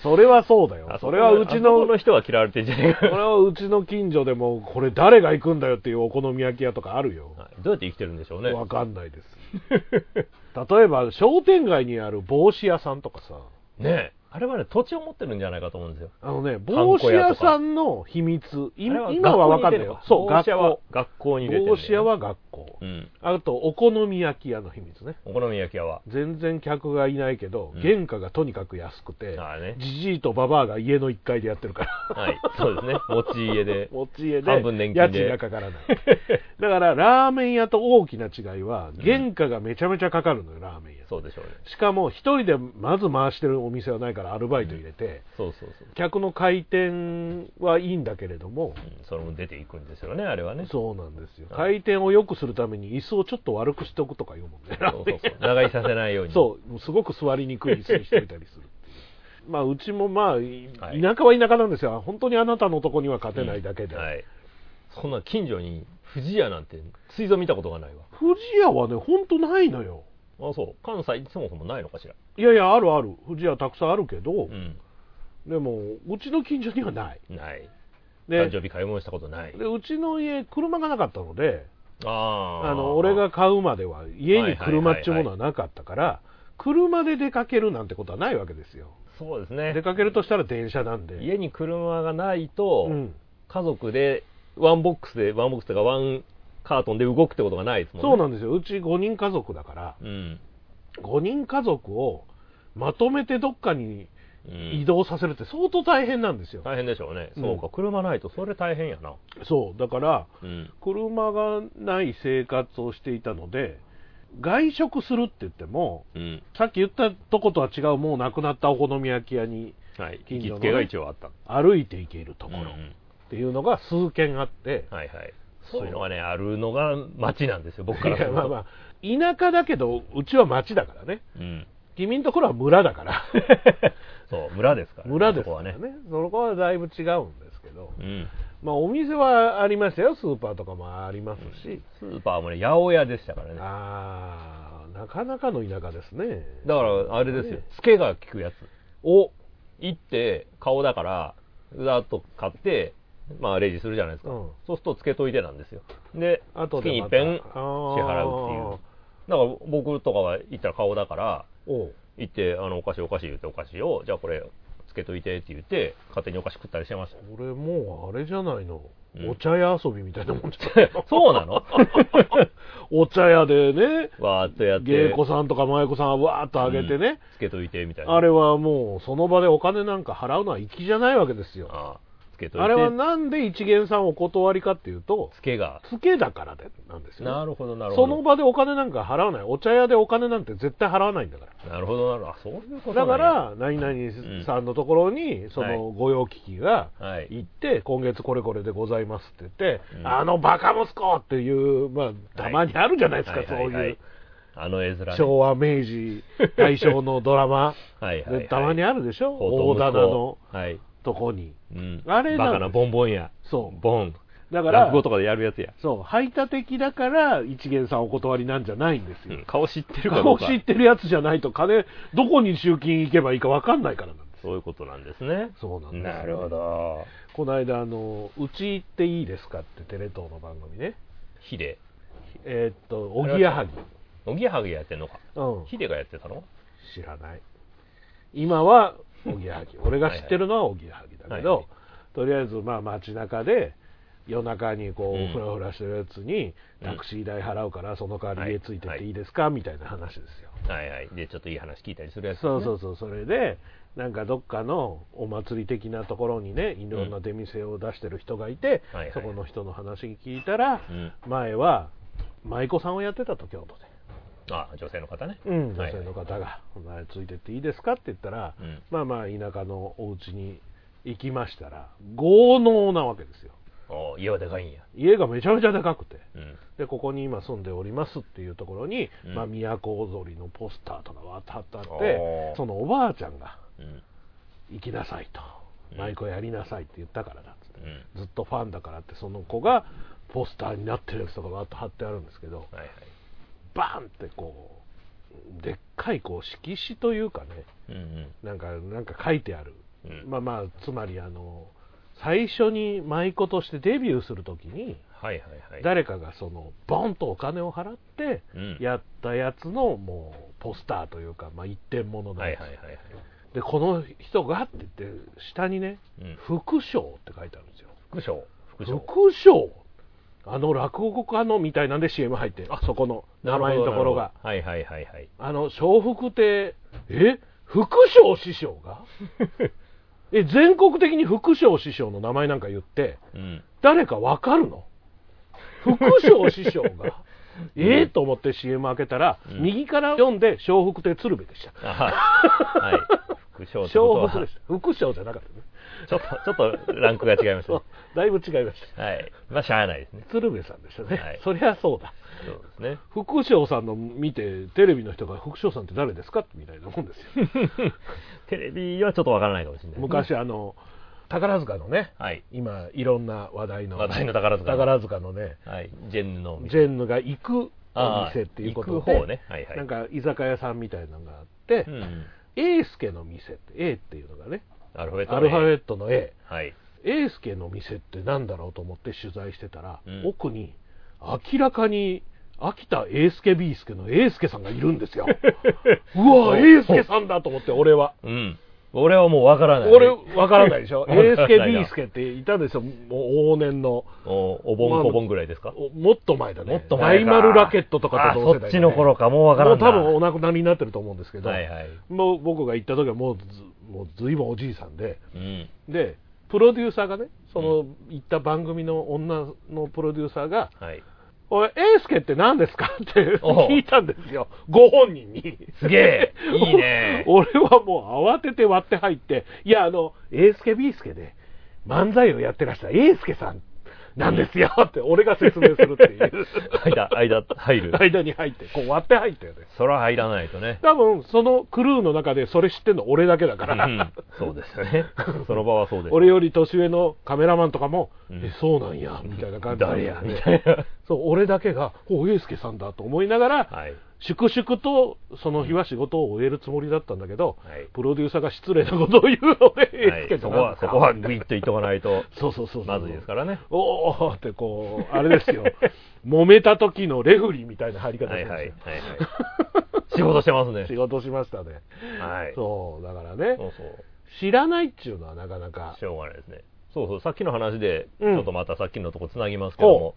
S1: それはそうだよ。それはうち
S2: あそこ
S1: の、
S2: の人は嫌われてんじゃねえ
S1: そ
S2: か
S1: れはうちの近所でも、これ誰が行くんだよっていうお好み焼き屋とかあるよ。
S2: はいどうやって生きてるんでしょうね。
S1: わかんないです。例えば、商店街にある帽子屋さんとかさ、
S2: ねえあれはね、土地を持ってるんじゃないかと思うんですよ。
S1: あのね、
S2: 観
S1: 帽子
S2: 光屋と
S1: 屋
S2: か
S1: さんの秘密、い
S2: あれは
S1: 今はわかんないよ。そう、
S2: 学
S1: 学
S2: 校に出て
S1: 校。
S2: るわ学校に出てるんだよ
S1: 帽子屋は学校。
S2: うん。
S1: あと、お好み焼き屋の秘密ね。
S2: お好み焼き屋は。
S1: 全然客がいないけど、
S2: うん
S1: 原価がとにかく安くて
S2: ああね、
S1: じじいとばばあが家の1階でやってるから。
S2: はい。そうですね。持ち家で。
S1: 持ち家で
S2: 半分年金
S1: 家
S2: で
S1: 賃がかからないだからラーメン屋と大きな違いは原価がめちゃめちゃかかるのよラーメン屋
S2: そうでしょうね。
S1: しかも一人でまず回してるお店はないからアルバイト入れて、
S2: そうそうそう。
S1: 客の回転はいいんだけれども、
S2: うんそれも出ていくんですよね、あれはね。
S1: そうなんですよ
S2: うん
S1: 回転を良くするために椅子をちょっと悪くしておくとか言うも んね
S2: そうそうそう。長居させないように。
S1: そうすごく座りにくい椅子にしてみたりする まあうちもまあい
S2: はい
S1: 田舎は田舎なんですよ本当にあなたのとこには勝てないだけで、
S2: はい。そんな近所に富士屋なんて、水蔵見たことがないわ。
S1: 富士屋はね本当ないのよ
S2: あ、そう。関西そもそもないのかしら。
S1: いやいや、あるある、富士屋たくさんあるけど、
S2: うん。
S1: でも、うちの近所にはない。
S2: ない。
S1: で、
S2: 誕生日買い物したことない。
S1: でうちの家、車がなかったので、
S2: ああ。
S1: あの俺が。買うまでは、家に車っていうものはなかったから、車で出かけるなんてことはないわけですよ。
S2: そうですね。
S1: 出かけるとしたら電車なんで。
S2: 家に車がないと、
S1: うん、
S2: 家族でワンボックスでワンボックスというかワンカートンで動くってことがないですもんね
S1: そうなんですよ、うち5人家族だから、
S2: うん、
S1: 5人家族をまとめてどっかに
S2: うん
S1: 移動させるって相当大変なんですよ。
S2: 大変でしょうね、
S1: うん
S2: そうか車ないとそれ大変やな
S1: そう、だから、
S2: うん
S1: 車がない生活をしていたので外食するって言っても
S2: うん
S1: さっき言ったとことは違うもうなくなったお好み焼き屋に
S2: はい
S1: 近所
S2: 行き
S1: のね
S2: つけが一応あった
S1: 歩いて行けるところ
S2: うんうん
S1: っていうのが数軒あって、
S2: はいはい
S1: そう
S2: そういうのがねあるのが街なんですよ僕
S1: い
S2: からす
S1: や
S2: ると
S1: まあまあ田舎だけどうちは町だからね
S2: うん、
S1: 君のところは村だから
S2: そう村ですから、
S1: 村です
S2: そこ
S1: か
S2: は
S1: ら
S2: ね
S1: ねそこはだいぶ違うんですけど、
S2: うん、
S1: まあお店はありましたよスーパーとかもありますし、
S2: スーパーもね八百屋でしたからねだ
S1: ああなかなかの田舎ですね
S2: からあれですよ
S1: ね
S2: ツケが効くやつ
S1: お
S2: 行って顔だからざーっと買ってまあレジするじゃないですか、
S1: うん
S2: そうするとつけといてなんですよで
S1: 後
S2: 月
S1: で
S2: にい
S1: ま
S2: ったぺん支払うっていうだから僕とかは行ったら顔だから
S1: おう
S2: 行ってあのお菓子お菓子言ってお菓子をじゃあこれつけといてって言って勝手にお菓子食ったりしてましたよ
S1: これもうあれじゃないの、
S2: うん
S1: お茶屋遊びみたいなもんじゃ ないの
S2: そうなの
S1: お茶屋でね
S2: わーっとやって
S1: 芸妓さんとか舞妓さんはわーっとあげてね、
S2: つけといてみたいな
S1: あれはもうその場でお金なんか払うのは粋じゃないわけですよ
S2: あーつけといて
S1: あれはなんで一元さんお断りかっていうと
S2: つけが
S1: つけだからでなんですよね、
S2: なるほどなるほ
S1: そ
S2: ど
S1: の場でお金なんか払わないお茶屋でお金なんて絶対払わないんだから
S2: なるほどなるほどあそういうことな
S1: だ
S2: んや
S1: から何々さんのところにその御用聞きが
S2: はい
S1: 行って今月これこれでございますって言って
S2: うん
S1: あのバカ息子っていうまあたまにあるじゃないです
S2: は
S1: か
S2: い
S1: そう
S2: はいはいいうあの絵面ね
S1: 昭和明治大正のドラマ
S2: はいはいはい
S1: でたまにあるでしょ
S2: ほう
S1: 大
S2: とう
S1: 棚
S2: 息子
S1: の
S2: はい
S1: とこに
S2: うん、
S1: あれなんです
S2: バカなボンボンや
S1: そ
S2: ボン
S1: うだから
S2: 落語とかでやるやつや、
S1: そう排他的だから一元さんお断りなんじゃないんです
S2: う
S1: よ
S2: ん、顔知ってるかど
S1: 顔
S2: うか
S1: 知ってるやつじゃないと金どこに集金行けばいいか分かんないからなんです
S2: そういうことなんですね
S1: そうなんです
S2: るほど
S1: この間あの「うち行っていいですか?」ってテレ東の番組ね
S2: ヒデ
S1: えーっとおぎやはぎ、
S2: おぎやはぎやってんのか
S1: うん、
S2: ヒデがやってたの
S1: 知らない今はおぎや はぎ俺が知ってるのはおぎやはぎだけど、
S2: はいはい
S1: とりあえずまあ街中で夜中にこ
S2: うん
S1: うふらふらしてるやつにタクシー代払うからその代わり家ついてっていいですか、みたいな話ですよ
S2: はいはいでちょっといい話聞いたりするやつ、ね、
S1: そうそうそうそれでなんかどっかのお祭り的なところにねいろんな出店を出してる人がいて、
S2: うんはいはい
S1: そこの人の話聞いたら、
S2: うん
S1: 前は舞妓さんをやってたと京都
S2: あ女性の方ね
S1: で、うん、
S2: は
S1: 女
S2: い
S1: 性の方が「お前ついてっていいですか?」って言ったら、
S2: うん
S1: まあまあ田舎のお家に行きましたら豪農なわけですよ
S2: お家はでかいんや
S1: 家がめちゃめちゃでかくて
S2: うん
S1: でここに今住んでおりますっていうところに、
S2: うん
S1: まあ、都踊りのポスターとかわーっと貼ってあっ
S2: お
S1: て
S2: ー
S1: そのおばあちゃんが
S2: うん
S1: 行きなさいと
S2: うん
S1: 舞妓やりなさいって言ったからだっつっって
S2: うん
S1: ずっとファンだからってその子がポスターになってるやつとかがあと貼ってあるんですけど
S2: はいはい
S1: バーンってこうでっかいこう色紙というかね
S2: うんうん
S1: なんかなんか書いてある、
S2: うん
S1: まあまあつまりあの最初に舞妓としてデビューするときに
S2: はいはいはい
S1: 誰かがそのボンとお金を払って
S2: うん
S1: やったやつのもうポスターというか、まあ、一点物の
S2: はい
S1: やつ、
S2: はいはいはい
S1: でこの人がって言って下にね
S2: うん
S1: 副賞って書いてあるんですよ
S2: 副賞副賞
S1: 副賞あの落語家のみたいなんで CM 入ってあそこの名前のところが
S2: なるほどはいはいはいはい
S1: あの笑福亭え副賞師匠 がえ全国的に副賞師匠の名前なんか言って
S2: うん
S1: 誰かわかるの副賞師 匠がええと思って CM 開けたら、
S2: うん
S1: 右から読んで笑福亭鶴瓶でした
S2: あはいはい副賞ってこと
S1: 笑福
S2: はちょ
S1: でした副賞じゃなかったね
S2: っとちょっとランクが違い ました
S1: そ
S2: ね
S1: うだいぶ違いました
S2: はいまあしゃあないですね
S1: 鶴瓶さんでしたね、
S2: はい
S1: そりゃそうだ
S2: そうですね
S1: 副賞さんの見てテレビの人が副賞さんって誰ですかみたいなもんです よ
S2: テレビはちょっとわからないかもしれない、
S1: 昔あの宝塚のね
S2: はい
S1: 今いろんな話題の
S2: 話題の宝塚
S1: 宝塚のね
S2: はいジェンヌのお
S1: ジ
S2: 店
S1: ェンヌが行くお店っていうことで
S2: あー行く方ねはいはい
S1: なんか居酒屋さんみたいなのがあって、
S2: うんうん
S1: エースケの店って A っていうのがね
S2: アルファベット
S1: ア
S2: の
S1: ルファベットの A
S2: はい
S1: エースケの店ってなんだろうと思って取材してたら、
S2: うん
S1: 奥に明らかに秋田エースケビースケのエースケさんがいるん ですようわエースケさんだと思って俺は
S2: うん俺はもうわからない
S1: 俺わからないでしょ
S2: わか
S1: エ
S2: らな
S1: ー
S2: いな
S1: スケビースケっていたんですよもう往年の
S2: おお盆小盆ぐらいですか、
S1: おもっと前だね
S2: もっと前か
S1: 大丸ラケットとかと同世代だね
S2: あそっちの頃かもうわからんな
S1: もう多分お亡くなりになってると思うんですけど、
S2: はいはい
S1: もう僕が行った時はもうずもう随分おじいさんで
S2: うん
S1: でプロデューサーがねその行った番組の女のプロデューサーが
S2: はい
S1: 「おいエースケって何ですか?」って
S2: おう
S1: 聞いたんですよご本人に
S2: すげえいいね
S1: 俺はもう慌てて割って入って「いやあのエースケビースケで漫才をやってらしたエースケさんなんですよ」って俺が説明するっていう
S2: 間間入る、
S1: 間に入ってこう割って入ったよね
S2: そら入らないとね
S1: 多分そのクルーの中でそれ知ってんの俺だけだか
S2: う
S1: ら、
S2: んそうですよねその場はそうです
S1: 俺より年上のカメラマンとかも「
S2: うん
S1: えそうなんや」みたいな感じで
S2: 誰やみたいな
S1: そう俺だけが「お英介さんだ」と思いながら、
S2: はい
S1: 粛々とその日は仕事を終えるつもりだったんだけど、
S2: はい
S1: プロデューサーが失礼なことを言うので、
S2: は
S1: 英
S2: い
S1: 介、
S2: そ
S1: さん
S2: こは、そこはグイッといっとかないと、
S1: そうそうそうそう
S2: まずいですからね。
S1: おおってこうあれですよ揉めた時のレフリーみたいな入り方
S2: は
S1: で
S2: い
S1: す
S2: はい。はいはい
S1: よ、
S2: 仕事してますね。
S1: 仕事しましたね、
S2: はい。そう
S1: そうだからね
S2: そう。
S1: 知らないっちゅうのはなかなか
S2: しょうがないですね。そうそう、さっきの話で、ち
S1: うん
S2: ょっとまたさっきのとこつなぎますけども、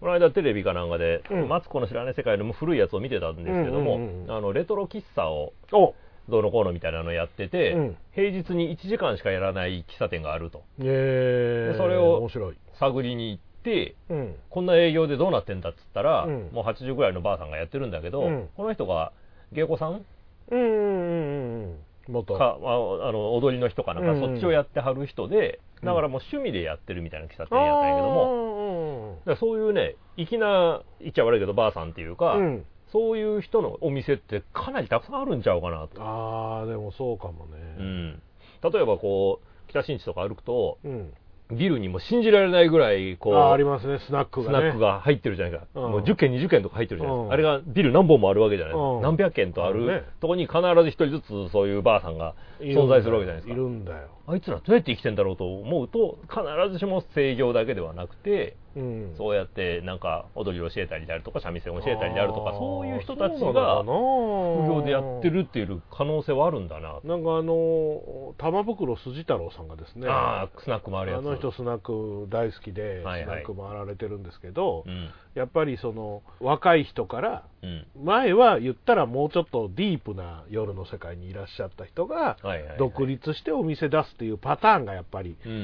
S2: この間テレビかなんかで
S1: う、ん
S2: マツコの知らない世界のも古いやつを見てたんですけども
S1: うんうんうんう、ん
S2: あの、レトロ喫茶を、
S1: お
S2: どうのこうのみたいなのやってて、
S1: うん
S2: 平日に1時間しかやらない喫茶店があると。
S1: え
S2: で
S1: ー、
S2: それを
S1: 面白い、
S2: 探りに行って、
S1: うん、
S2: こんな営業でどうなってんだっつったら、
S1: うん
S2: もう80ぐらいのばあさんがやってるんだけど、
S1: うん
S2: この人が芸妓さん
S1: うんうんうんうんもっと
S2: か、まあ、あの踊りの人かなんか、
S1: うんうん
S2: そっちをやってはる人で
S1: うん
S2: だからもう趣味でやってるみたいな喫茶店やったんやけども、
S1: も
S2: だからそういうね粋な言っちゃ悪いけどばあさんっていうか、
S1: うん、
S2: そういう人のお店ってかなりたくさんあるんちゃうかなと、
S1: ああでもそうかも
S2: う
S1: ね
S2: ん、例えばこう北新地とか歩くと
S1: うん、
S2: ビルにも信じられないぐらいこう
S1: あーありますねスナック
S2: ス
S1: が
S2: ナ
S1: ね
S2: ックが入ってるじゃないか、
S1: うん
S2: もう10軒20軒とか入ってるじゃないで
S1: う
S2: すか、
S1: ん
S2: あれがビル何本もあるわけじゃないですか、
S1: うん
S2: 何百軒とあ
S1: ある
S2: る
S1: ね
S2: とこに必ず一人ずつそういうばあさんが
S1: いるん
S2: 存
S1: だよ
S2: 在するわけじゃないですか
S1: いるんだよ、
S2: あいつらどうやって生きてんだろうと思うと必ずしも制業だけではなくて
S1: うん、
S2: そうやってなんか踊りを教えたりであるとか三味線を教えたりであるとか
S1: あー
S2: そういう人たち
S1: そうな
S2: が
S1: のか
S2: 副
S1: な
S2: 業でやってるっていう可能性はあるんだな、
S1: なんかあの玉袋筋太郎さんがですね
S2: ああスナックもあるや
S1: あ
S2: つ
S1: の人スナック大好きで、
S2: はいはい
S1: スナック回られてるんですけど、
S2: うん
S1: やっぱりその若い人から
S2: うん
S1: 前は言ったらもうちょっとディープな夜の世界にいらっしゃった人が
S2: はいはいはい
S1: 独立してお店出すっていうパターンがやっぱり
S2: うんうんう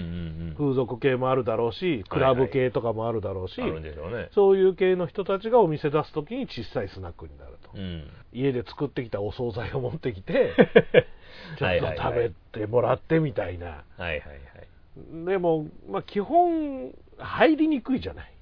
S2: ん
S1: 風俗系もあるだろうしクラブ系とかもあるだろうし、
S2: あるんでしょうね
S1: そういう系の人たちがお店出す時に小さいスナックになると、
S2: うん
S1: 家で作ってきたお惣菜を持ってき てちょ
S2: はい
S1: っ
S2: はい
S1: と
S2: はい
S1: 食べてもらってみたいな
S2: はいはいはい
S1: でも、まあ、基本入りにくいじゃない、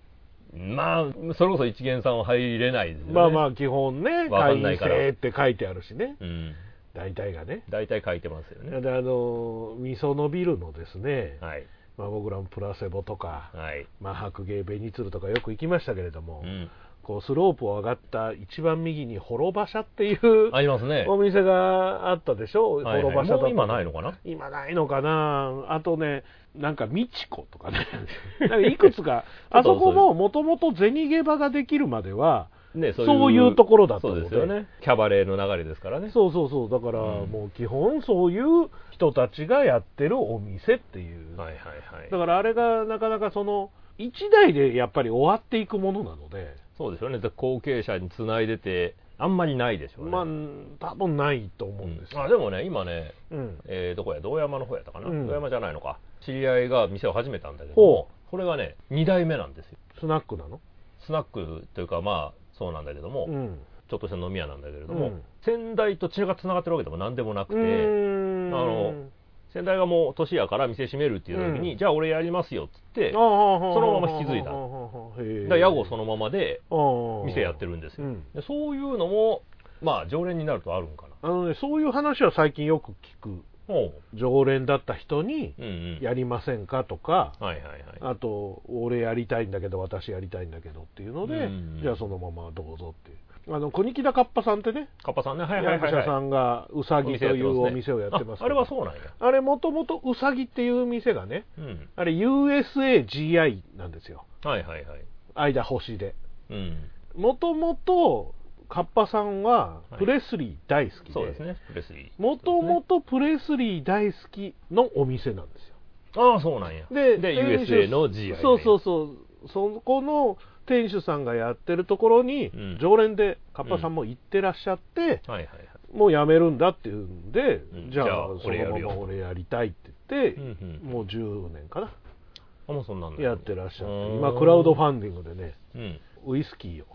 S2: まあそれこそ一元さんは入れないですよね
S1: まあまあ基本ね
S2: わか
S1: 会
S2: ん
S1: 員
S2: ないから
S1: 制って書いてあるしね
S2: うん
S1: 大体がね
S2: 大体書いてますよね
S1: であの味噌のビルのですね、
S2: はい
S1: まあ、僕らもプラセボとか、
S2: はい。
S1: まあ、白芸ベニツルとかよく行きましたけれども、
S2: うん。
S1: こうスロープを上がった一番右に幌場社っていう
S2: ありますね。
S1: お店があったでしょ、
S2: はい
S1: 幌
S2: は
S1: 場
S2: い、
S1: 社だ
S2: も
S1: と
S2: う今ないのかな
S1: 今ないのかなあとねなんか美智子とかね なんかいく つかあそこももともと銭ゲバができるまでは
S2: ね、
S1: そういうところだった
S2: そ
S1: の
S2: う
S1: で
S2: ですよね。キャバレーの流れですからね。
S1: そうそうそうだから
S2: うん
S1: もう基本そういう人たちがやってるお店っていう、
S2: はいはいはい。
S1: だからあれがなかなかその1台でやっぱり終わっていくものなので、
S2: そうですよね。で後継者につないでて、あんまりないでしょうね。
S1: まあ
S2: うん
S1: 多分ないと思うんですよ、
S2: あでもね、今ね、
S1: うん
S2: えーどこや、堂山の方やったかな、
S1: うん
S2: 堂山じゃないのか、知り合いが店を始めたんだけど
S1: ほ
S2: も、これがね、2代目なんですよ、
S1: スナックなの
S2: スナックというか、まあそうなんだけども、
S1: うん
S2: ちょっとした飲み屋なんだけれども、
S1: うん
S2: 先代と血がつながってるわけでもなんでもな
S1: う
S2: くて、
S1: ーん
S2: あの先代がもう年やから店閉めるっていう時に、
S1: うん
S2: じゃあ俺やりますよっつって、だか
S1: そ
S2: のまま引き継いだら屋号そのままで
S1: の
S2: 店やってるんですよ、
S1: うん
S2: でそういうのも、まあ常連になるとあるんか
S1: あ
S2: な。
S1: のねそういう話は最近よく聞く
S2: おう
S1: 常連だった人に
S2: うんうん
S1: やりませんかとか、
S2: はいはいはい
S1: あと俺やりたいんだけど私やりたいんだけどっていうので、
S2: うん
S1: じゃあそのままどうぞっていうあの国木田かっぱさんってね
S2: カッパさんね、はいはい
S1: 役
S2: はい、
S1: 者
S2: はい。
S1: さんがうさぎというお店をやってます
S2: ああれはそうなんや。
S1: うあれもともとうさぎっていう店がね
S2: うん。
S1: あれ USAGI なんですよ
S2: はいはいはい。
S1: 間星で
S2: うん。
S1: もともとカッパさんは
S2: はい
S1: プレスリー大好き
S2: そうです
S1: で
S2: ね。プレスリー。
S1: もともとプレスリー大好きのお店なんですよ
S2: ああ、そうなんや。
S1: で
S2: で、
S1: 店主
S2: USA の GI。
S1: そうそうそうそこの店主さんがやってるところに、
S2: うん
S1: 常連でカッパさんも行ってらっしゃって、
S2: う。はいはいはい。
S1: もう辞めるんだっていうんで、
S2: うん
S1: じゃあ
S2: じゃあ
S1: そのまま俺
S2: 俺
S1: やりたいって言って、
S2: うんうん。
S1: もう10年かな、
S2: あ、もうそんなんだ
S1: やってらっしゃって
S2: うーん
S1: 今クラウドファンディングでね
S2: うん。
S1: ウイスキーを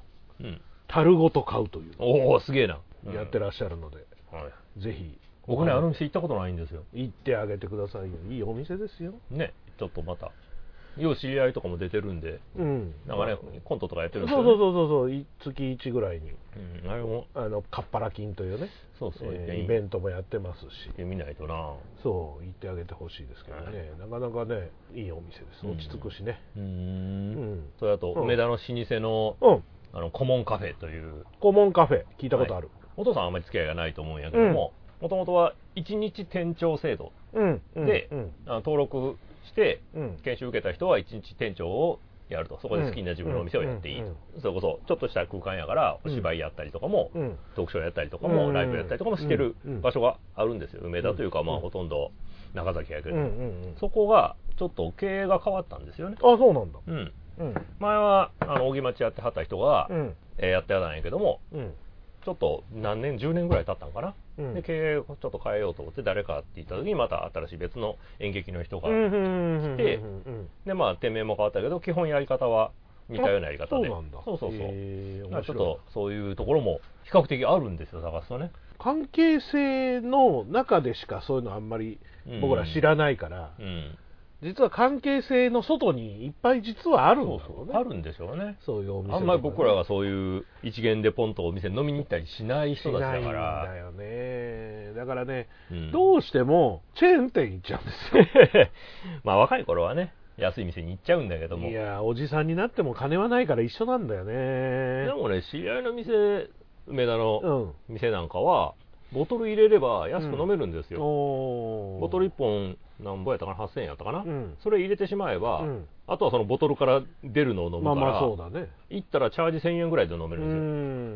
S2: うん。
S1: 樽ごと買うというの
S2: おお、すげえな。
S1: をやって
S2: る。
S1: らっしゃるので、
S2: はい。
S1: ぜひ
S2: 僕ね、あの店行ったことないんですよ。
S1: 行ってあげてくださいよいいお店ですよ
S2: ね。ちょっとまた。よう知り合いとかも出てるんで、
S1: うん
S2: なんかね、コントとかやって
S1: そう
S2: るん
S1: そう
S2: ですよ、ね。
S1: そうそうそうい月1ぐらいに
S2: うん、あれも、
S1: あのカッパラ金というね、
S2: そうそう。
S1: えー
S2: いや
S1: イベントもやってますし
S2: 行ってみないとな。
S1: そう行ってあげてほしいですけどね、なかなかねいいお店です落ち着くしね
S2: うー。
S1: うんん、
S2: それあと、
S1: うん
S2: 梅田の老舗の、
S1: うん、
S2: あの、コモンカフェという、
S1: 顧問カフェ聞いたことある、
S2: お父さんはあんまり付き合いがないと思うんやけども、もともとは1日店長制度、
S1: うんうん
S2: で
S1: うん
S2: あの登録して、
S1: うん
S2: 研修受けた人は1日店長をやると、そこで好きな自分のお店をやっていい
S1: うんうん
S2: と、それこそちょっとした空間やから、お芝居やったりとかも、
S1: うん
S2: 読書やったりとか
S1: う
S2: も、
S1: ん
S2: ライブやったりとかもしてる
S1: うん
S2: 場所があるんですよ、梅田というか、ま
S1: う
S2: あ、
S1: ん
S2: ほとんど中崎やけ
S1: う
S2: れ
S1: ん
S2: ど
S1: う
S2: も、
S1: んうん
S2: そこがちょっと経営が変わったんですよね
S1: あ。そうなんだ
S2: うん
S1: うん
S2: 前はあの扇町やってはった人が、
S1: うん
S2: えーやってはったんやけども、
S1: うん
S2: ちょっと何年、10年ぐらい経ったんかな、
S1: うん
S2: で経営をちょっと変えようと思って、誰かって言った時に、また新しい別の演劇の人が、
S1: うんうんうん
S2: で
S1: うんうん
S2: でまあ、店名も変わったけど、基本やり方は似たようなやり方
S1: あそ
S2: で、
S1: うなんだ
S2: そうそうそう
S1: へえ
S2: だからちょっ
S1: 面白
S2: とそういうところも比較的あるんですよ、探すとね。
S1: い関係性の中でしかそういうのあんまり僕ら知らないから、
S2: うん、
S1: 実は関係性の外にいっぱい実はあるんだ
S2: そ
S1: ろ
S2: うそうう
S1: ね
S2: あるんでしょうね。
S1: そういうお店
S2: あんまり僕らがそういう一元でポンとお店に飲みに行ったりしない
S1: し
S2: 人たち
S1: ない
S2: だ
S1: ん
S2: か
S1: だ
S2: ら、
S1: よねだからね、
S2: うん
S1: どうしてもチェーン店行っちゃうんですよ
S2: まあ若い頃はね、安い店に行っちゃうんだけども
S1: い、やおじさんになっても金はないから一緒なんだよね
S2: でもね、知り合いの店、梅田の
S1: うん
S2: 店なんかはボトル入れれば安く飲めるんですよ、
S1: おー
S2: ボトル1本何本やったかな8000円やったかな、
S1: うん
S2: それ入れてしまえば、
S1: うん
S2: あとはそのボトルから出るのを飲むか
S1: ま
S2: ら、
S1: あまあそうだね
S2: 行ったらチャージ1000円ぐらいで飲めるんですよ、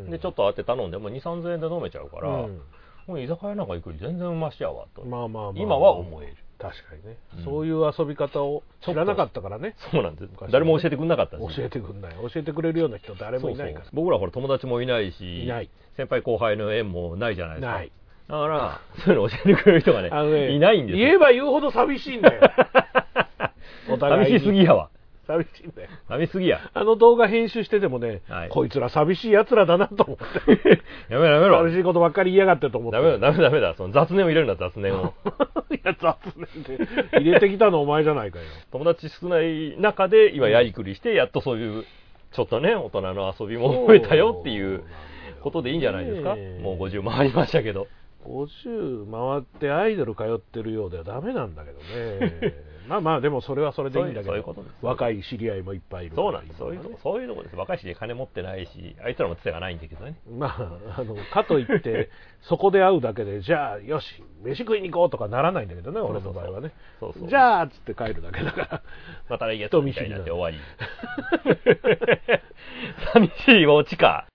S1: ん
S2: でちょっとあって頼んでも23000円で飲めちゃうから、
S1: うん
S2: もう居酒屋なんか行くより全然マシやわと、
S1: まあまあまあ
S2: 今は思える
S1: 確かにね、
S2: うん
S1: そういう遊び方を知らなかったからね
S2: そうなんです
S1: 昔はね
S2: 誰も教えてくれなかったんです
S1: 教えてくんない教えてくれるような人誰もいないから
S2: そうそう僕らほら友達もいないし
S1: いない
S2: 先輩後輩の縁もないじゃないですか
S1: ない
S2: だからそういうの教えてくれる人がね
S1: あのね
S2: いないんです
S1: 言え
S2: よ
S1: ば言うほど寂しいん だよお互いに
S2: 寂しすぎやわ
S1: 寂しいんだよ
S2: 寂しすぎや
S1: あの動画編集しててもね、
S2: はい
S1: こいつら寂しいやつらだなと思って、
S2: やめろやめろ
S1: 寂しいことばっかり言いやがってと思って、
S2: ダメだ、ダメだ、ダメだ。その雑念を入れるな、雑念を。
S1: いや、雑念で、入れてきたのお前じゃないかよ。
S2: 友達少ない中で、今やりくりして、やっとそういう、ちょっとね、大人の遊びも覚えたよっていうことでいいんじゃないですか。
S1: ねえ
S2: もう50もありましたけど。
S1: 50回ってアイドル通ってるようではダメなんだけど ねまあまあでもそれはそれでいいんだけ
S2: そういう
S1: ど
S2: ことです
S1: 若い知り合いもいっぱいいるから
S2: そうなんです。そういうとこ、そういうとこです。若いし、金持ってないし、あいつらもつてがないんだけどね。
S1: まあ、あのかといって、そこで会うだけで、じゃあ、よし、飯食いに行こうとかならないんだけどね、
S2: そう
S1: 俺
S2: そ
S1: の
S2: うそう
S1: 場合はね
S2: そうそう。
S1: じゃあっつって帰るだけだから、
S2: また来月みたいになって終わり。 寂しいお家か。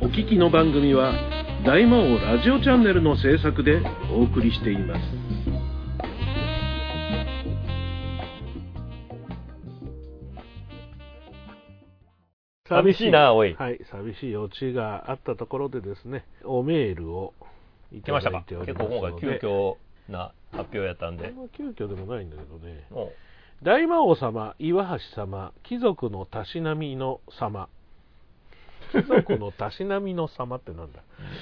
S3: お聞きの番組は大魔王ラジオチャンネルの制作でお送りしています
S2: 寂しいなおい
S1: はい、寂しいオチがあったところでですね、おメールをい
S2: 来
S1: た
S2: ました
S1: だい
S2: か
S1: ており
S2: 結
S1: ます
S2: 構
S1: ので。
S2: 今回急遽な発表やったん
S1: あ
S2: で
S1: ん。ま急遽でもないんだけどね。
S2: も
S1: 大魔王様、岩橋様、貴族のたしなみの様。貴族のたしなみの様ってなんだ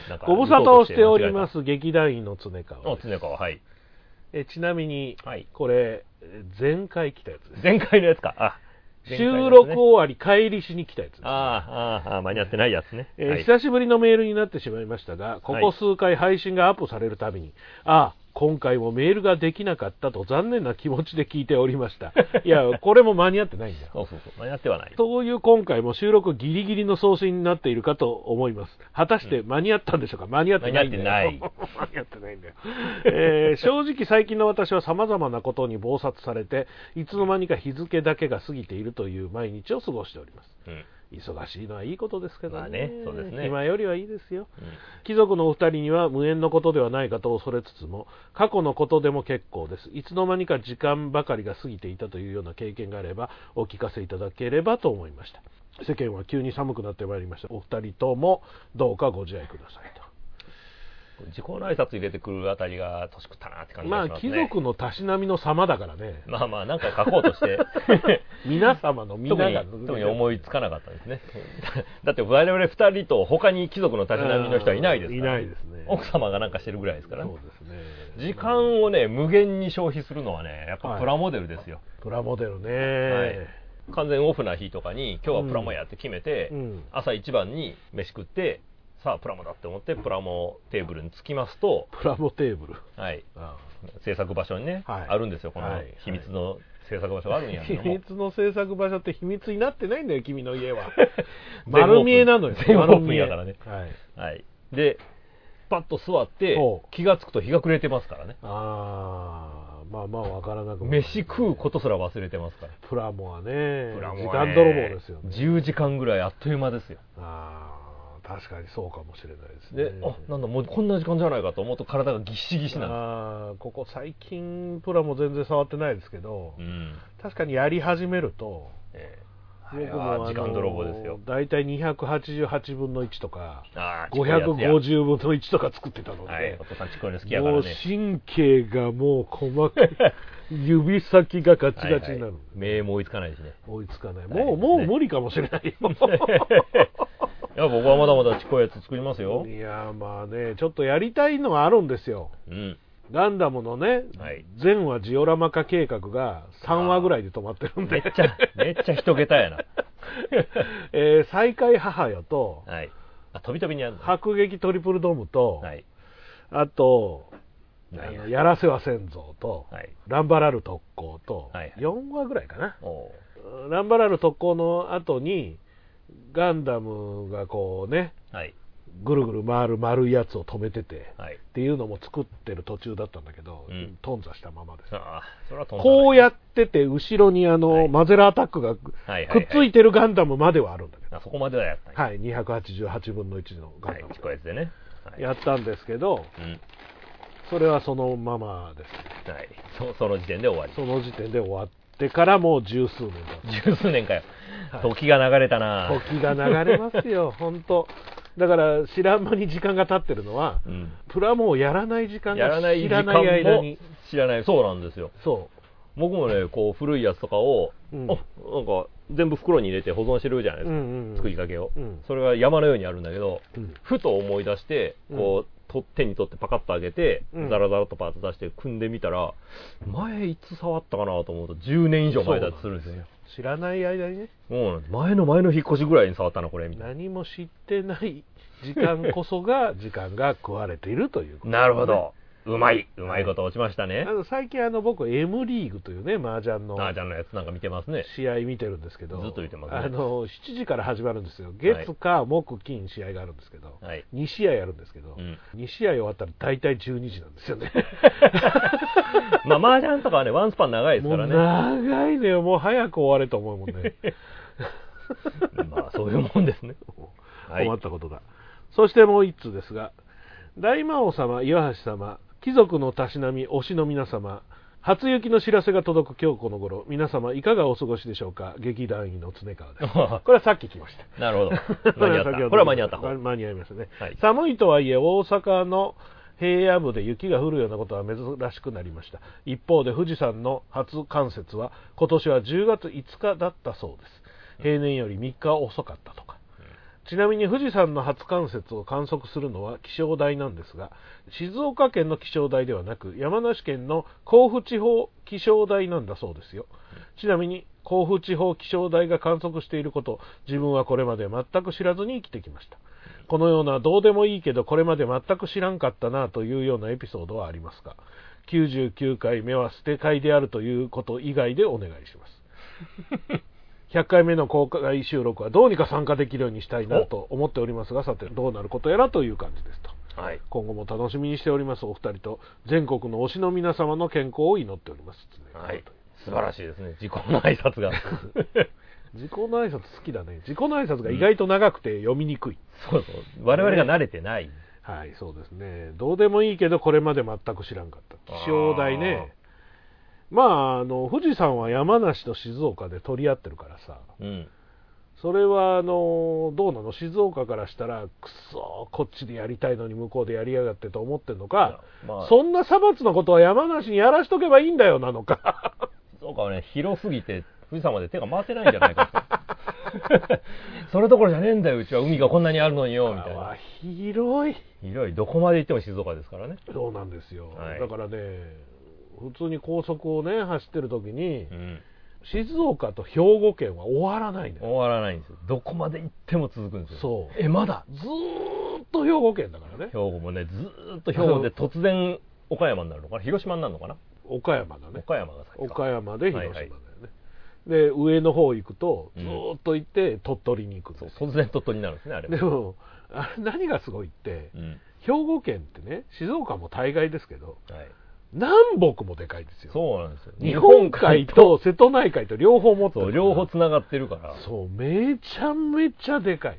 S2: う、なんか
S1: ご無沙汰をしております、
S2: 向
S1: 劇団員の常川
S2: こう
S1: で
S2: と
S1: す
S2: して間違えた。お、常川、はい。
S1: えちなみに、
S2: はい
S1: これ、え前回来たやつです。
S2: 前回のやつか。あ、前回
S1: 収
S2: のやつね
S1: 録終わり、帰りしに来たやつです。
S2: あーあー、あー間に合ってないやつね。
S1: えー
S2: はい
S1: 久しぶりのメールになってしまいましたが、ここ数回配信がアップされるたびに、ああ、今回もメールができなかったと残念な気持ちで聞いておりました。いや、これも間に合ってないんだよ。
S2: そうそうそう、間に合ってはない。
S1: そういう今回も収録ギリギリの送信になっているかと思います。果たして間に合ったんでしょうか、間に合ってないんだよ。
S2: 間に合
S1: 間に合ってないんだよ。えー正直最近の私は様々なことに忙殺されて、いつの間にか日付だけが過ぎているという毎日を過ごしております。
S2: うん。
S1: 忙しいのはいいことですけどね。
S2: まあねそうですね
S1: 今よりはいいですよ。
S2: うん
S1: 貴族のお二人には無縁のことではないかと恐れつつも、過去のことでも結構です。いつの間にか時間ばかりが過ぎていたというような経験があれば、お聞かせいただければと思いました。世間は急に寒くなってまいりました。お二人ともどうかご自愛ください
S2: 時効の挨拶入れてくるあたりが年食ったなって
S1: と。
S2: 感じ
S1: ま
S2: が
S1: あ、
S2: します
S1: 貴
S2: ね。
S1: 族のたしなみの様だからね。
S2: まあまあ、なんか書こうとして、
S1: 皆様の皆
S2: 特に
S1: が、
S2: 特に思いつかなかったですね。 だって我々二人と他に貴族のたしなみの人はいないですから、
S1: いないですね
S2: 奥様がなんかしてるぐらいですからね、
S1: そうですね。
S2: 時間をね、無限に消費するのはね、やっ
S1: は
S2: ぱ
S1: い
S2: プラモデルですよ。
S1: プラモデルね。
S2: はい完全オフな日とかに、今日はプラモやって決めて、
S1: うん
S2: 朝一番に飯食って、さあプラモだって思ってプラモテーブルに着きますと、
S1: プラモテーブル。
S2: はい、
S1: ああ
S2: 制作場所にね、
S1: はい
S2: あるんですよ、この
S1: はい
S2: 秘密の制作場所があるんや
S1: 秘
S2: けども
S1: 密の制作場所って秘密になってないんだよ、君の家は。
S2: 全オープン
S1: 丸見えなのよ。
S2: 全オープンやからね
S1: 丸見えはい。
S2: はい、で、パッと座って
S1: ほ、う
S2: 気がつくと日が暮れてますからね、
S1: ああ、まあまあわからなくもない
S2: 飯食うことすら忘れてますから、
S1: プラモはね、
S2: プラモ
S1: 時
S2: はね
S1: 間泥棒ですよね。
S2: 10時間ぐらいあっという間ですよ、
S1: ああ、確かにそうかもしれないですね
S2: で。あなんだ、もうこんな時間じゃないかと思うと、体がぎっしぎしなんで
S1: ああここ最近プラモ全然触ってないですけど、
S2: す、うん
S1: 確かにやり始めると、
S2: え
S1: 僕
S2: え
S1: も
S2: あ
S1: あ
S2: れは
S1: の
S2: 時間泥棒ですよ。
S1: 大体288分の1とか、
S2: ああち
S1: 550分の1とか作ってたの
S2: こい
S1: で、
S2: やつやはい、お父さんちっこいの好きやか
S1: も
S2: ら
S1: う
S2: ね。
S1: 神経がもう細かい指先がガチガチにな
S2: は
S1: る
S2: いはい、目も追いつかないしね。
S1: 追いつかない
S2: はい
S1: もう、も
S2: ね
S1: う無理かもしれ ないよ
S2: いや、僕はまだまだちっこいやつ作りますよ。
S1: いやまあねちょっとやりたいのはあるんですよ
S2: うん。
S1: ガンダムのね、
S2: はい
S1: 全話ジオラマ化計画が3話ぐらいで止まってるん
S2: めっ
S1: で、
S2: ちゃ、めっちゃ人桁やな。
S1: えー再会母よと
S2: はい。あ、飛び飛びにやるの。
S1: 迫撃トリプルドームと、
S2: はい。
S1: あと
S2: な
S1: あ
S2: い
S1: のやらせはせんぞうと、
S2: はい
S1: ランバラル特攻と、
S2: はいはい
S1: 4話ぐらいかな、
S2: おう
S1: ランバラル特攻の後に、ガンダムがこうね、
S2: はい。
S1: ぐるぐる回る丸いやつを止めてて、
S2: はい。
S1: っていうのも作ってる途中だったんだけど、
S2: うん
S1: 頓挫したままです。
S2: さあ、それは飛んだな
S1: こうやってて、後ろにあの、
S2: はい
S1: マゼラアタックがくく
S2: はいはいはい
S1: っついてるガンダムまではあるんだけ
S2: あそこまではやったん
S1: ど、はい、288分の1のガン
S2: や。
S1: ダ
S2: は
S1: ム
S2: い。ちっこいやつでね。はい。
S1: やったんですけど、
S2: うん。
S1: それはそのままです。
S2: はい。そその時点で終わり。
S1: その時点で終わってからもう十数年経つ。
S2: 十数年かよ
S1: はい。
S2: 時が流れたな
S1: 時が流れます よ、本当。だから知らん間に時間が経ってるのは、
S2: うん。
S1: プラモをやらない時間
S2: や
S1: が
S2: らない
S1: 知
S2: 時
S1: ら
S2: 間
S1: ない間
S2: も
S1: に。
S2: 知らない。そうなんですよ。
S1: そ
S2: 僕もね、こう古いやつとかを、
S1: うん
S2: あなんか全部袋に入れて保存してるじゃないで
S1: う。
S2: す
S1: う
S2: か、
S1: んうん。
S2: 作りかけを、
S1: うん
S2: それが山のようにあるんだけど、
S1: うん
S2: ふと思い出して、こう、と手に取ってパカッと開けて、
S1: うん
S2: ザラザラとパーッと出して組んでみたら、前いつ触ったかなと思うと10年以上前だとするんですよ。
S1: 知らない間にね、
S2: そうなんです前の前の引っ越しぐらいに触ったな、これ、みたいな。
S1: 何も知ってない時間こそ が時間が食われているということですね、
S2: なるほど。うまい。うまいこと落ちましたね
S1: あ。の最近あの僕 M リーグというね麻雀の
S2: あーちゃんのやつなんか見てますね。
S1: 試合見てるんですけど
S2: ずっと見てますね
S1: あの7時から始まるんですよ月火木金試合があるんですけど、
S2: はい。
S1: 2試合あるんですけど、
S2: うん
S1: 2試合終わったら大体12時なんですよね
S2: まあ、麻雀とかはね、ワンスパン長い です
S1: も
S2: か
S1: う
S2: らね。
S1: 長いのよもう早く終われと思うもんね、
S2: まあ、そういうもんですね。 はい
S1: 困。ったことだそしてもう一通ですが大魔王様岩橋様貴族のたしなみ推しの皆様初雪の知らせが届く今日この頃皆様いかがお過ごしでしょうか劇団員の常川 ですこれはさっき来ました
S2: な るほど。
S1: こ
S2: 間に
S1: れ
S2: 合 っ
S1: は先ほ
S2: た。
S1: ど
S2: これは間に合った方。
S1: 間に合いましたね、
S2: はい
S1: 寒いとはいえ大阪の平野部で雪が降るようなことは珍しくなりました一方で富士山の初冠雪は今年は10月5日だったそうです平年より3日遅かったとか、ちなみに富士山の初冠雪を観測するのは気象台なんですが静岡県の気象台ではなく山梨県の甲府地方気象台なんだそうですよちなみに甲府地方気象台が観測していること自分はこれまで全く知らずに生きてきましたこのようなどうでもいいけどこれまで全く知らんかったなというようなエピソードはありますか99回目は捨て会であるということ以外でお願いします100回 目の公開収録はどうにか参加できるようにしたいなと思っておりますがさてどうなることやらという感じですと
S2: はい。
S1: 今後も楽しみにしておりますお二人と全国の推しの皆様の健康を祈っております
S2: はい。素晴らしいですね。自己の挨拶 が。
S1: 自己の挨拶好きだね自己の挨拶が意外と長くて読みにくい、
S2: そうそう。我々が慣れてない。
S1: はいそうですねどうでもいいけどこれまで全く知らんかった気象台ねまああの富士山は山梨と静岡で取り合ってるからさ
S2: うん。
S1: それはあのどうなの静岡からしたらくそーこっちでやりたいのに向こうでやりやがってと思ってんのか、
S2: いやまあ
S1: そんな差別のことは山梨にやらしとけばいいんだよなのか
S2: そうかね、広すぎて、富士山まで手が回ってないんじゃないかと。 それどころじゃねえんだよ、うちは海がこんなにあるのによ、みたいな
S1: は。広い
S2: 広い、どこまで行っても静岡ですからね。
S1: そうなんですよ、
S2: はい
S1: だからね普通に高速をね走ってる時に、
S2: うん。
S1: 静岡と兵庫県は終わらないのよ
S2: 終わらないんですよ。どこまで行っても続くんですよ。
S1: そう
S2: え、まだ
S1: ずーっと兵庫県だからね
S2: 兵庫もね、ずーっと兵庫で突然、岡山になるのかな広島になるのかな
S1: 岡山だね
S2: 岡山が先か。
S1: 岡山で広島だ
S2: はい
S1: よ
S2: は
S1: ね、で上の方行くとずーっと行って鳥取に行くん
S2: そう
S1: ですよ
S2: 突然鳥取になるんですね、あれ
S1: で
S2: は。
S1: もあれ何がすごいって
S2: うん。
S1: 兵庫県ってね静岡も大概ですけど
S2: はい。
S1: 南北もでかいですよ
S2: そうなんですよ。
S1: 日本海と瀬戸内海と両方持って
S2: そう、
S1: る
S2: 両方繋がってるから。
S1: そうめちゃめちゃでかい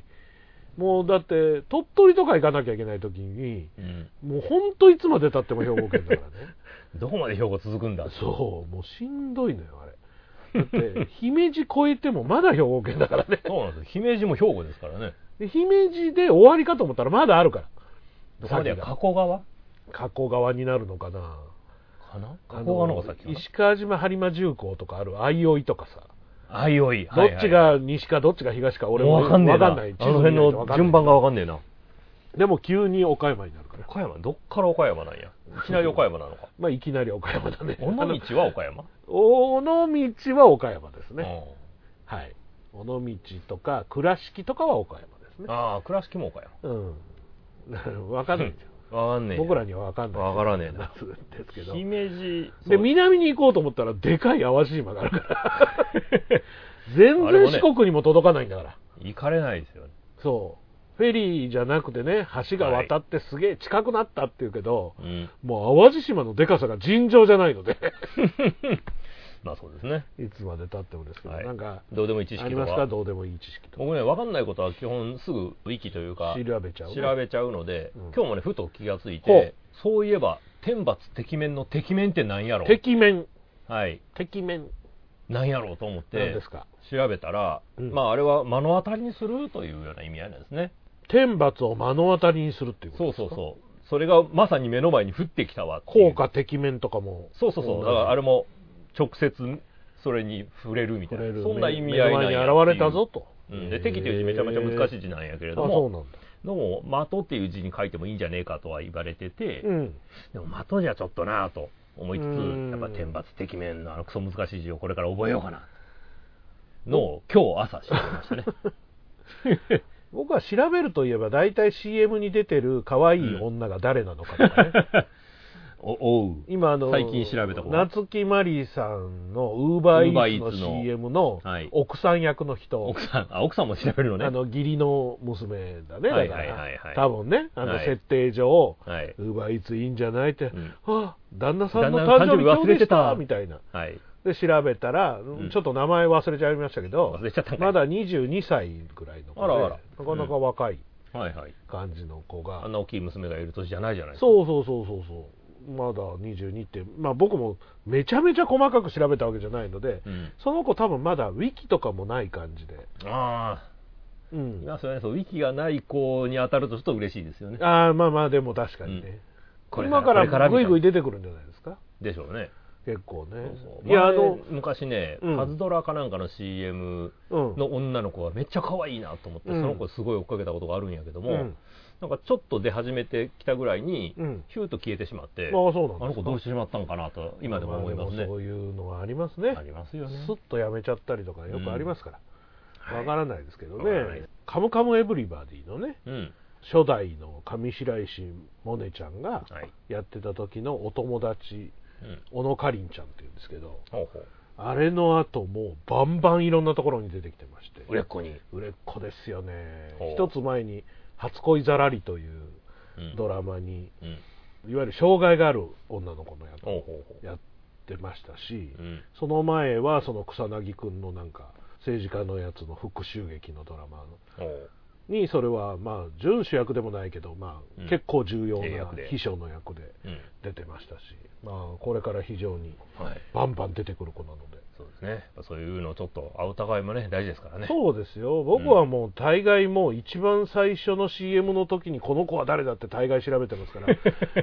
S1: もうだって鳥取とか行かなきゃいけない時に
S2: うん。
S1: もうほんといつまでたっても兵庫県だからね
S2: どこまで兵庫続くんだ
S1: そうもうしんどいのよあれだって 姫路越えてもまだ兵庫県だからね
S2: そうなんですよ。姫路も兵庫ですからね。
S1: で姫路で終わりかと思ったらまだあるから
S2: どこまでや加古川
S1: 加古川になるのかな
S2: かな加
S1: あ
S2: 古川の方が先か
S1: の石川島播磨重工とかある相生とかさ、
S2: な。あいおい。
S1: どっちが西かどっちが東か俺も
S2: もうわかんねえな。
S1: わかんない
S2: あの辺
S1: 地図見ないとわか
S2: の
S1: んない
S2: 順番がわかんねえな。
S1: でも急に岡山になるから、
S2: 岡山、どっから岡山なんや。 いきなり岡山な のか。
S1: まあ、いきなり岡山だね
S2: 尾道は岡山
S1: あの尾道は岡山です
S2: う
S1: ね、はい尾道とか倉敷とかは岡山です
S2: ん
S1: ね
S2: ああ、倉敷も岡山。
S1: うん分かんないですよ、
S2: わかんねえ。
S1: 僕らには分かんない
S2: わからねえな
S1: やつですけど
S2: 姫路。
S1: で、
S2: そう
S1: 南に行こうと思ったら、でかい淡路島があるから。 全
S2: あれ
S1: 然
S2: もね
S1: 四国にも届かないんだから。
S2: 行かれないですよね。
S1: そう。フェリーじゃなくてね、橋が渡ってすげえ近くなったっていうけど、
S2: うん。
S1: もう淡路島のでかさが尋常じゃないの で、
S2: まあそうですね。
S1: いつまで経ってもですけど、
S2: はい
S1: なんか、
S2: どうでもいい知識
S1: あ
S2: とか。
S1: りますかどうでもいい知識とか。
S2: 僕ね、わかんないことは基本すぐウィキというか、
S1: 調べちゃうね、
S2: 調べちゃうので、
S1: うん
S2: 今日もね、ふと気がつい
S1: ほう
S2: て、そういえば、天罰、敵面の敵面って何やろう
S1: 敵面。
S2: はい。
S1: 敵面。
S2: 何やろうと思っ
S1: なん
S2: て
S1: です、か
S2: 調べたら、
S1: うん
S2: まあ、あれは目の当たりにするというような意味合いなんですね。
S1: 天罰を目の当たりにするっていうこと
S2: そ
S1: で
S2: う
S1: すか
S2: そうそう。それがまさに目の前に降ってきたわってい
S1: 効
S2: う
S1: 果敵面とかも。
S2: そうそうそう。だからあれも、直接、それに触れるみたい
S1: 触れ
S2: な。
S1: る
S2: そんな意味合いなん
S1: 目
S2: や
S1: の前に現れたぞ
S2: と。
S1: と。
S2: うん、で、敵という字めちゃめちゃ難しい
S1: い
S2: 字なんやけ
S1: け
S2: れど
S1: あ、そう
S2: も、
S1: なんだ。
S2: どうも、的っていう字に書いてもいいんじゃねえかとは言われてて、
S1: うん。
S2: でも的じゃちょっとなぁと思いつつ、
S1: うん
S2: やっぱ天罰的面のあのクソ難しい字 をこれから覚えようかな。のを今日朝調べましたね。
S1: 僕は調べるといえば大体 CM に出てる可愛い女が誰なのかとかね、
S2: おおう
S1: 今あの
S2: 最近調べたこと
S1: 夏木マリさんのウーバーイーツ
S2: Uber Eats
S1: の
S2: の
S1: CM の
S2: はい
S1: 奥さん役の人
S2: 奥さんあ奥さんも調べるのね
S1: あの義理の娘だねだか
S2: は
S1: ら、
S2: いはいはいはい
S1: 多分ねあの
S2: はい
S1: 設定上、
S2: はい
S1: ウーバーイーツいいんじゃないって、
S2: ん
S1: あ旦那さんの誕
S2: 旦那の誕
S1: 生日今日
S2: 生日忘
S1: で
S2: れ
S1: してた
S2: た
S1: みたいな
S2: はい
S1: で調べたら、
S2: ん
S1: ちょっと名前忘れちゃいましたけど
S2: 忘れちゃったんかい
S1: まだ22歳ぐらいの子で
S2: あらあら
S1: なかなか若い
S2: はいはい
S1: 感じの子が、
S2: あんな大きい娘がいる年じゃないじゃないですか
S1: そうそうそうそうそうまだ22って、まあ、僕もめちゃめちゃ細かく調べたわけじゃないので、
S2: うん
S1: その子多分まだウィキとかもない感じで、
S2: ああ
S1: うん、
S2: 今それねそうウィキがない子に当たるとちょっと嬉しいですよね
S1: ああまあまあでも確かにね、
S2: これ
S1: 今から
S2: これから
S1: ぐいぐい出てくるんじゃないですか
S2: でしょうね
S1: 結構ね
S2: そう
S1: いやあの
S2: 前昔ね
S1: うん
S2: パズドラかなんかの CM
S1: うん
S2: の女の子がめっちゃ可愛いなと思って、
S1: うん
S2: その子すごい追っかけたことがあるんやけども、
S1: うん
S2: なんかちょっと出始めてきたぐらいに、
S1: うん
S2: ヒューと消えてしまっ
S1: あ
S2: て、
S1: あそうなんですか
S2: あの子どうしてしまったのかなと今でも思います
S1: あ
S2: ね
S1: でも。そういうのはありますね
S2: ありますよね。
S1: スッとやめちゃったりとかよくありますから、わからないですけどね
S2: わからないです
S1: 「カムカムエヴリバディ」のね
S2: うん。
S1: 初代の上白石萌音ちゃんが
S2: はい。
S1: やってた時のお友達
S2: うん。
S1: 小野かりんちゃんっていうんですけど
S2: ほうほう。
S1: あれの後もうバンバンいろんなところに出てきてまして
S2: 売れっ子に。
S1: 売れっ子ですよね
S2: ほう
S1: 一つ前に「初恋ざらり」というド
S2: ラ。
S1: ラマに、
S2: うん。
S1: いわゆる障害がある女の子の役
S2: ほう
S1: を
S2: ほうほ
S1: やってましたし、
S2: う。うん。
S1: その前はその草薙君のなんか政治家のやつの復讐劇のドラマ
S2: ほう。
S1: にそれはまあ準主役でもないけど、まあ
S2: うん
S1: 結構重要
S2: ええ
S1: な
S2: 役で
S1: 秘書の役で
S2: うん。
S1: 出てましたし、まあ、これから非常に
S2: はい。
S1: バンバン出てくる子なので。
S2: そうですね。やっぱそういうのちょっと、あお互いもね、大事ですからね。
S1: そうですよ僕はもう大概もう一番最初の CM の時にこの子は誰だって大概調べてます から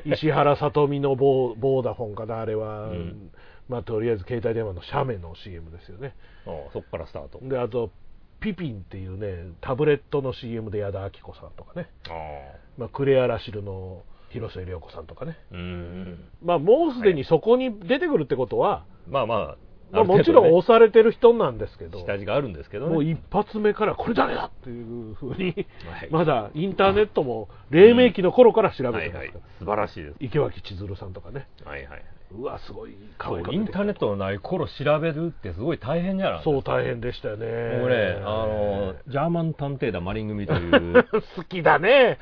S1: 石原さとみのボーボーダフォンかなあれは、
S2: うん
S1: まあとりあえず携帯電話の写メの CM ですよね
S2: おうそこからスタート。
S1: であとピピンっていうねタブレットの CM で矢田亜希子さんとかね、
S2: ああ。
S1: まあ、クレアラシルの広末涼子さんとかね
S2: うん。
S1: まあもうすでにそこに出てくるってことは、
S2: まあまあ、
S1: まあ、もちろん押されてる人なんですけど、
S2: 下地があるんですけどね。
S1: もう一発目からこれ誰だっていうふうに、
S2: はい
S1: まだインターネットも黎明期の頃から調べてます
S2: はい
S1: から、
S2: はい。素晴らしいです。
S1: 池脇千鶴さんとかね、
S2: はいはい。
S1: うわ、すごい顔
S2: そ
S1: が
S2: うインターネットのない頃調べるってすごい大変じゃない
S1: そう大変でしたよね、
S2: もうね、あの、ジャーマン探偵団マリン組という、
S1: 好きだ ね、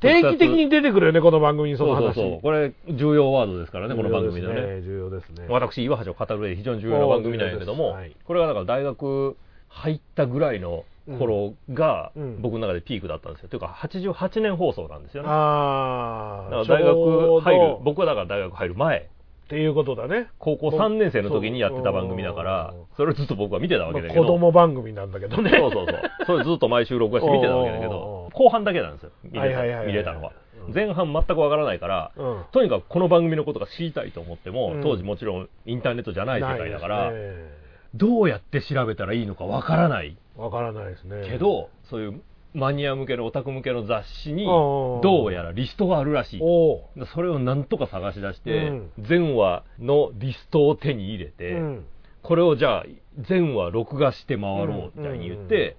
S1: 定期的に出てくるよね、この番 組にそ
S2: そ
S1: の
S2: う
S1: 話。
S2: そうそう、これ、重要ワードですからね、この番組の
S1: 重要ですね、
S2: ね。
S1: 重要ですね
S2: 私、岩橋を語る上で非常に重要な番組なんやけども、
S1: そうですはい
S2: これはだから大学入ったぐらいの頃が
S1: うんうん、
S2: 僕の中でピークだったんですよ。というか、88年放送なんですよね。だか
S1: あ
S2: ら
S1: ー
S2: 大
S1: ちょ
S2: 学
S1: うど
S2: 入る、僕はだから大学入る前、
S1: っていうことだね、
S2: 高校3年生の時にやってた番組だから
S1: そう、
S2: それをずっと僕は見てたわ
S1: ま
S2: け
S1: あ
S2: だけ
S1: 子
S2: ど。
S1: 供番組なんだけどね、
S2: そうそうそう。それずっと毎週録画して見てたわけだけ
S1: おうおうお
S2: ど
S1: う、
S2: 後半だけなんですよ。見れた,、
S1: はいはいはいはい
S2: 見れたのは
S1: うん。
S2: 前半全くわからないから、
S1: うん
S2: とにかくこの番組のことが知りたいと思っても、
S1: うん
S2: 当時もちろんインターネットじゃない世界だから、
S1: ないですね
S2: どうやって調べたらいいのかわからない
S1: わからないですね
S2: けど、そういうマニア向けのオタク向けの雑誌に、
S1: おうおうおう
S2: どうやらリストがあるらしい。
S1: おお
S2: それをなんとか探し出して、
S1: うん
S2: 全話のリストを手に入れて、
S1: うん
S2: これをじゃあ全話録画して回ろうみたいに言って、
S1: うんうんうん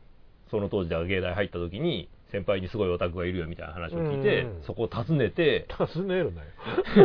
S2: その当時だから芸大入った時に先輩にすごいオタクがいるよみたいな話を聞いて、
S1: うんうん
S2: そこを訪ね て
S1: 尋ねるなよ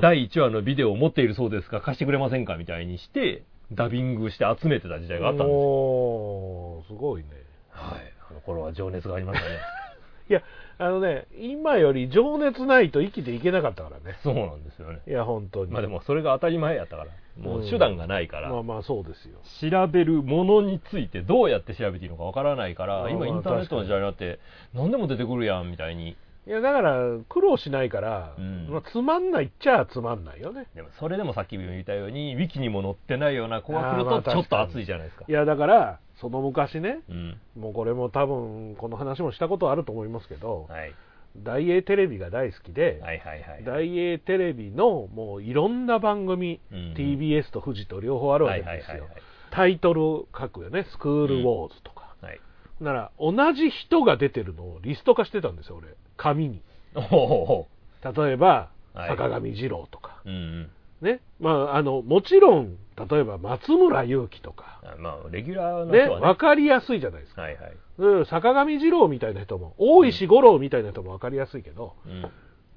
S2: 第1話のビデオを持っているそうですが貸してくれませんかみたいにしてダビングして集めてた時代があったんですよ、
S1: おーすごいね
S2: はい、あの頃は情熱がありましたね
S1: いやあのね今より情熱ないと生きていけなかったからね
S2: そうなんですよね
S1: いや本当に
S2: まあでもそれが当たり前やったからもう手段がないから、
S1: まあまあそうですよ
S2: 調べるものについてどうやって調べていいのかわからないか
S1: あ
S2: ら
S1: ー
S2: 今インターネットの時代になって何でも出てくるやんみたいに
S1: いやだから苦労しないから、
S2: うん
S1: まあ、つまんないっちゃつまんないよね
S2: でもそれでもさっきも言ったようにウィキにも載ってないような子が来
S1: あーまあ
S2: るとちょっ
S1: 確
S2: と
S1: かに
S2: 熱いじゃないですか
S1: いやだからその昔ね
S2: うん
S1: もうこれも多分この話もしたことあると思いますけど、
S2: はい、
S1: 大英テレビが大好きで、
S2: はいはいはい
S1: 大英テレビのもういろんな番組、
S2: うんうん
S1: TBS と富士と両方あるわけです
S2: はいはい
S1: よ
S2: はいはい
S1: タイトルを書くよね「スクールウォーズ」とか、
S2: はい
S1: なら同じ人が出てるのをリスト化してたんですよ俺紙に
S2: おお
S1: 例えば、
S2: はい
S1: 坂上二郎とか
S2: うんうん
S1: ねまあ、あのもちろん例えば松村雄輝とか、
S2: あまあ、レギュラーの
S1: ね、
S2: 人はね。
S1: 分かりやすいじゃないですか、
S2: はいはい。
S1: うん、坂上二郎みたいな人も大石五郎みたいな人も分かりやすいけど、
S2: うん。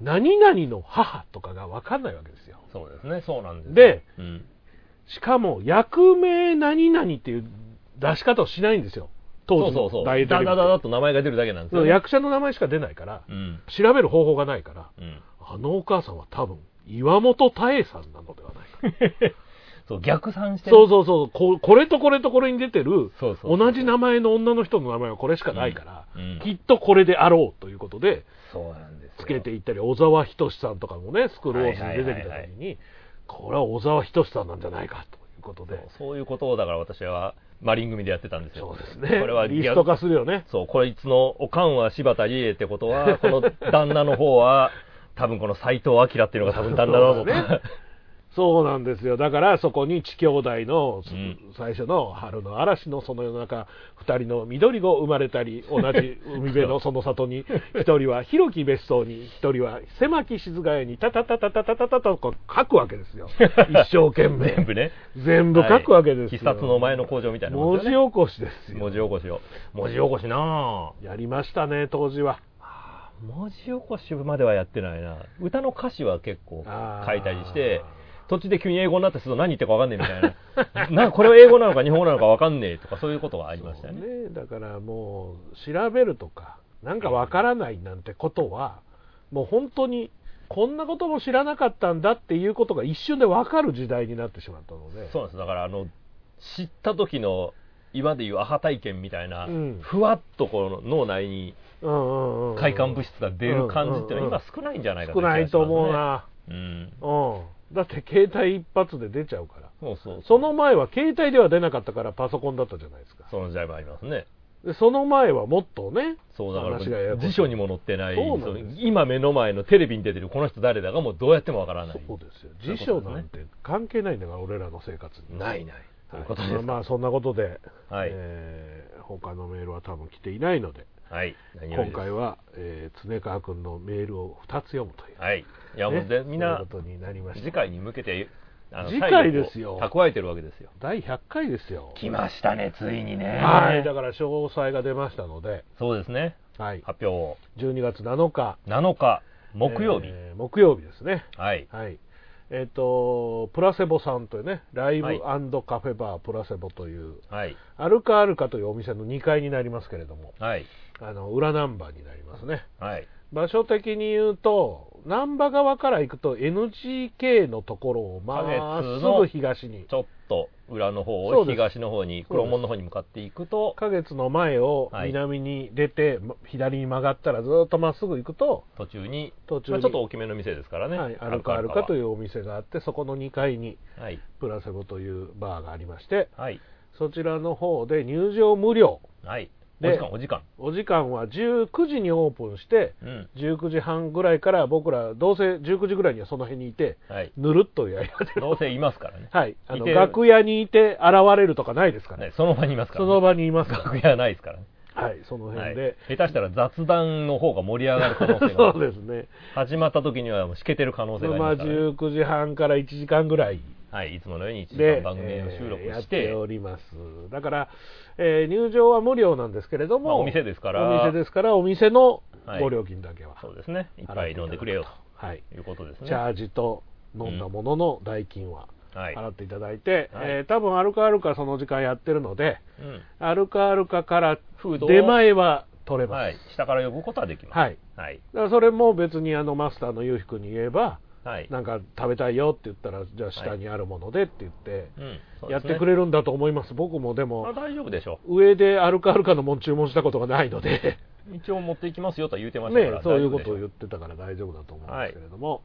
S1: 何々の母とかが分かんないわけですよ
S2: そうですね、そうなんです。
S1: で、
S2: うん。
S1: しかも役名何々っていう出し方をしないんですよ当
S2: そう
S1: 時
S2: そ
S1: の
S2: うそう。
S1: 大
S2: ダ
S1: テレビって
S2: ダダダと名前が出るだけなんです
S1: う
S2: よ、
S1: ん
S2: ね。
S1: 役者の名前しか出ないから
S2: うん。
S1: 調べる方法がないから
S2: うん。
S1: あのお母さんは多分岩本太栄さんなのではないか
S2: そう、逆算してね、
S1: そうそうそうここれとこれとこれに出てる
S2: そうそう
S1: 同じ名前の女の人の名前はこれしかないから、
S2: うんうん
S1: きっとこれであろうということで
S2: そうなんですよ。
S1: つけていったり小沢仁志さんとかもねスクローズに出てきた
S2: はいはいはい
S1: 時
S2: は
S1: にこれは小沢仁志さんなんじゃないかということ
S2: そう
S1: で
S2: そういうことをだから私はマリン組でやってたんですよ
S1: そうですね
S2: これは
S1: リスト化するよね
S2: そうこいつのおかんは柴田理恵ってこ とはこの旦那の方は多分この斎藤明っていうのが多分旦那だぞと
S1: そうだねそうなんですよだからそこに地兄弟のそ
S2: うん
S1: 最初の春の嵐のその世の中2人の緑子生まれたり同じ海辺のその里に1人は広き別荘に1人は狭き静か屋にタタタタタタタタとこう書くわけ ですよ一生懸命
S2: 全部ね
S1: 全部書くわけですよ
S2: 必殺の前の工場みたいなも
S1: 文
S2: んで
S1: 字
S2: すよね
S1: 起こしですよ
S2: 文字起こしを文字起こしな
S1: やりましたね当時は
S2: あ文字起こしまではやってないな歌の歌詞は結構
S1: あー
S2: 書いたりして途中で急に英語になってすると何言ってるか分かんねえみたいな なこれは英語なのか日本語なのか分かんねえとかそういうことがありましたね
S1: そうねだからもう調べるとかなんかわからないなんてことはもう本当にこんなことも知らなかったんだっていうことが一瞬でわかる時代になってしまったので
S2: そうなんですだからあの知った時の今でいうアハ体験みたいな、
S1: うん
S2: ふわっとこの脳内に
S1: うんうんうんうん
S2: 快感物質が出る感じっていうのは今少ないんじゃないか
S1: 少ないと思うな、
S2: 気がしますねうん
S1: うん、だって携帯一発で出ちゃうから
S2: そうそう
S1: その前は携帯では出なかったからパソコンだったじゃないですか
S2: その時代もありますね
S1: でその前はもっとね
S2: そうだから
S1: 話がややこしい
S2: 辞書にも載ってない
S1: そうなんです
S2: その今目の前のテレビに出てるこの人誰だがもうどうやってもわからない
S1: そうですよ辞書なんて関係ないんだから俺らの生活に
S2: ないないと
S1: は
S2: いう
S1: い
S2: ことです
S1: まあまあそんなことで、
S2: はい
S1: えー他のメールは多分来ていないので
S2: はい何よ
S1: 今
S2: りです
S1: 回は、えー常川君のメールを2つ読むという、
S2: はいいやもう
S1: ね
S2: でみん
S1: そ
S2: な
S1: ういうことになりました
S2: 次回に向けてあの
S1: 次回ですよ
S2: 体力を蓄えてるわけですよ
S1: 第100回ですよ
S2: 来ましたねついにね
S1: はいだから詳細が出ましたので、
S2: そうですね
S1: はい、
S2: 発表を
S1: 12月7日
S2: 7日木曜日、
S1: えー木曜日ですね
S2: はい
S1: はいえっ、とプラセボさんというねライブ
S2: はい
S1: カフェバープラセボという、
S2: はい
S1: アルカアルカというお店の2階になりますけれども
S2: はい
S1: あの裏ナンバーになりますね
S2: はい
S1: 場所的に言うと難波川から行くと NGK のところをま
S2: 花月
S1: っす
S2: の
S1: ぐ東に
S2: ちょっと裏の方
S1: そ
S2: を
S1: うです
S2: 東の方に黒門の方に向かっていくと
S1: 花月の前を
S2: はい
S1: 南に出て、ま左に曲がったらずっとまっすぐ行くと、
S2: 途中に
S1: 途中に
S2: まあ、ちょっと大きめの店ですからね、
S1: はい、アルカアルカといううお店があってそこの2階に
S2: はい
S1: プラセボというバーがありまして
S2: はい
S1: そちらの方で入場無料
S2: はいお
S1: で
S2: 時間お時間
S1: お時間は19時にオープンして
S2: うん
S1: 19時半ぐらいから僕らどうせ19時ぐらいにはその辺にいて
S2: はい
S1: ぬるっとやり始め、
S2: どうせいますから ね
S1: はい、あ
S2: い
S1: の
S2: て
S1: 楽屋にいて現れるとかないですからね、
S2: ねその場にいますから、
S1: そ
S2: ね、
S1: の場にいます から、
S2: 楽屋はないですからね、
S1: はい、その
S2: はい
S1: 辺で、、
S2: 下手したら雑談の方が盛り上がる可能性が あ
S1: そ
S2: る
S1: うですね、
S2: 始まった時にはもうしけてる可能性があり
S1: ま
S2: ま
S1: あ、
S2: すから、ね
S1: 19時半から1時間ぐらい
S2: はい、いつものように1時
S1: で
S2: 間、番組を収録
S1: えーやっ
S2: して、
S1: ております、だから、えー入場は無料なんですけれども、
S2: まあお店ですから
S1: お店ですから、お店の
S2: はい
S1: ご料金だけは、
S2: そうですね、いっぱい飲んでくれよ
S1: はい、
S2: ということですね。
S1: チャージと飲んだものの代金は
S2: はい。
S1: 払っていただいて、
S2: はい
S1: えー多分アルカアルカその時間やってるので、
S2: うん
S1: アルカアルカから
S2: フードを
S1: 出前は取れます。
S2: はい。下から呼ぶことはできます。
S1: はい。
S2: はい。
S1: だからそれも別にあのマスターのゆうひくんに言えば、
S2: はい。
S1: なんか食べたいよって言ったら、じゃあ下にあるものでって言って、
S2: うんそう
S1: や
S2: で
S1: っ
S2: すね
S1: てくれるんだと思います、僕もで
S2: まあ
S1: も、
S2: 大丈夫でしょ
S1: 上でアルカアルカのもん注文したことがないので、
S2: う。一応持っていきますよとは言うてましたか
S1: ね
S2: ら。、
S1: そういうことを
S2: 大丈
S1: 言ってたから大丈夫だと思うんですけれども、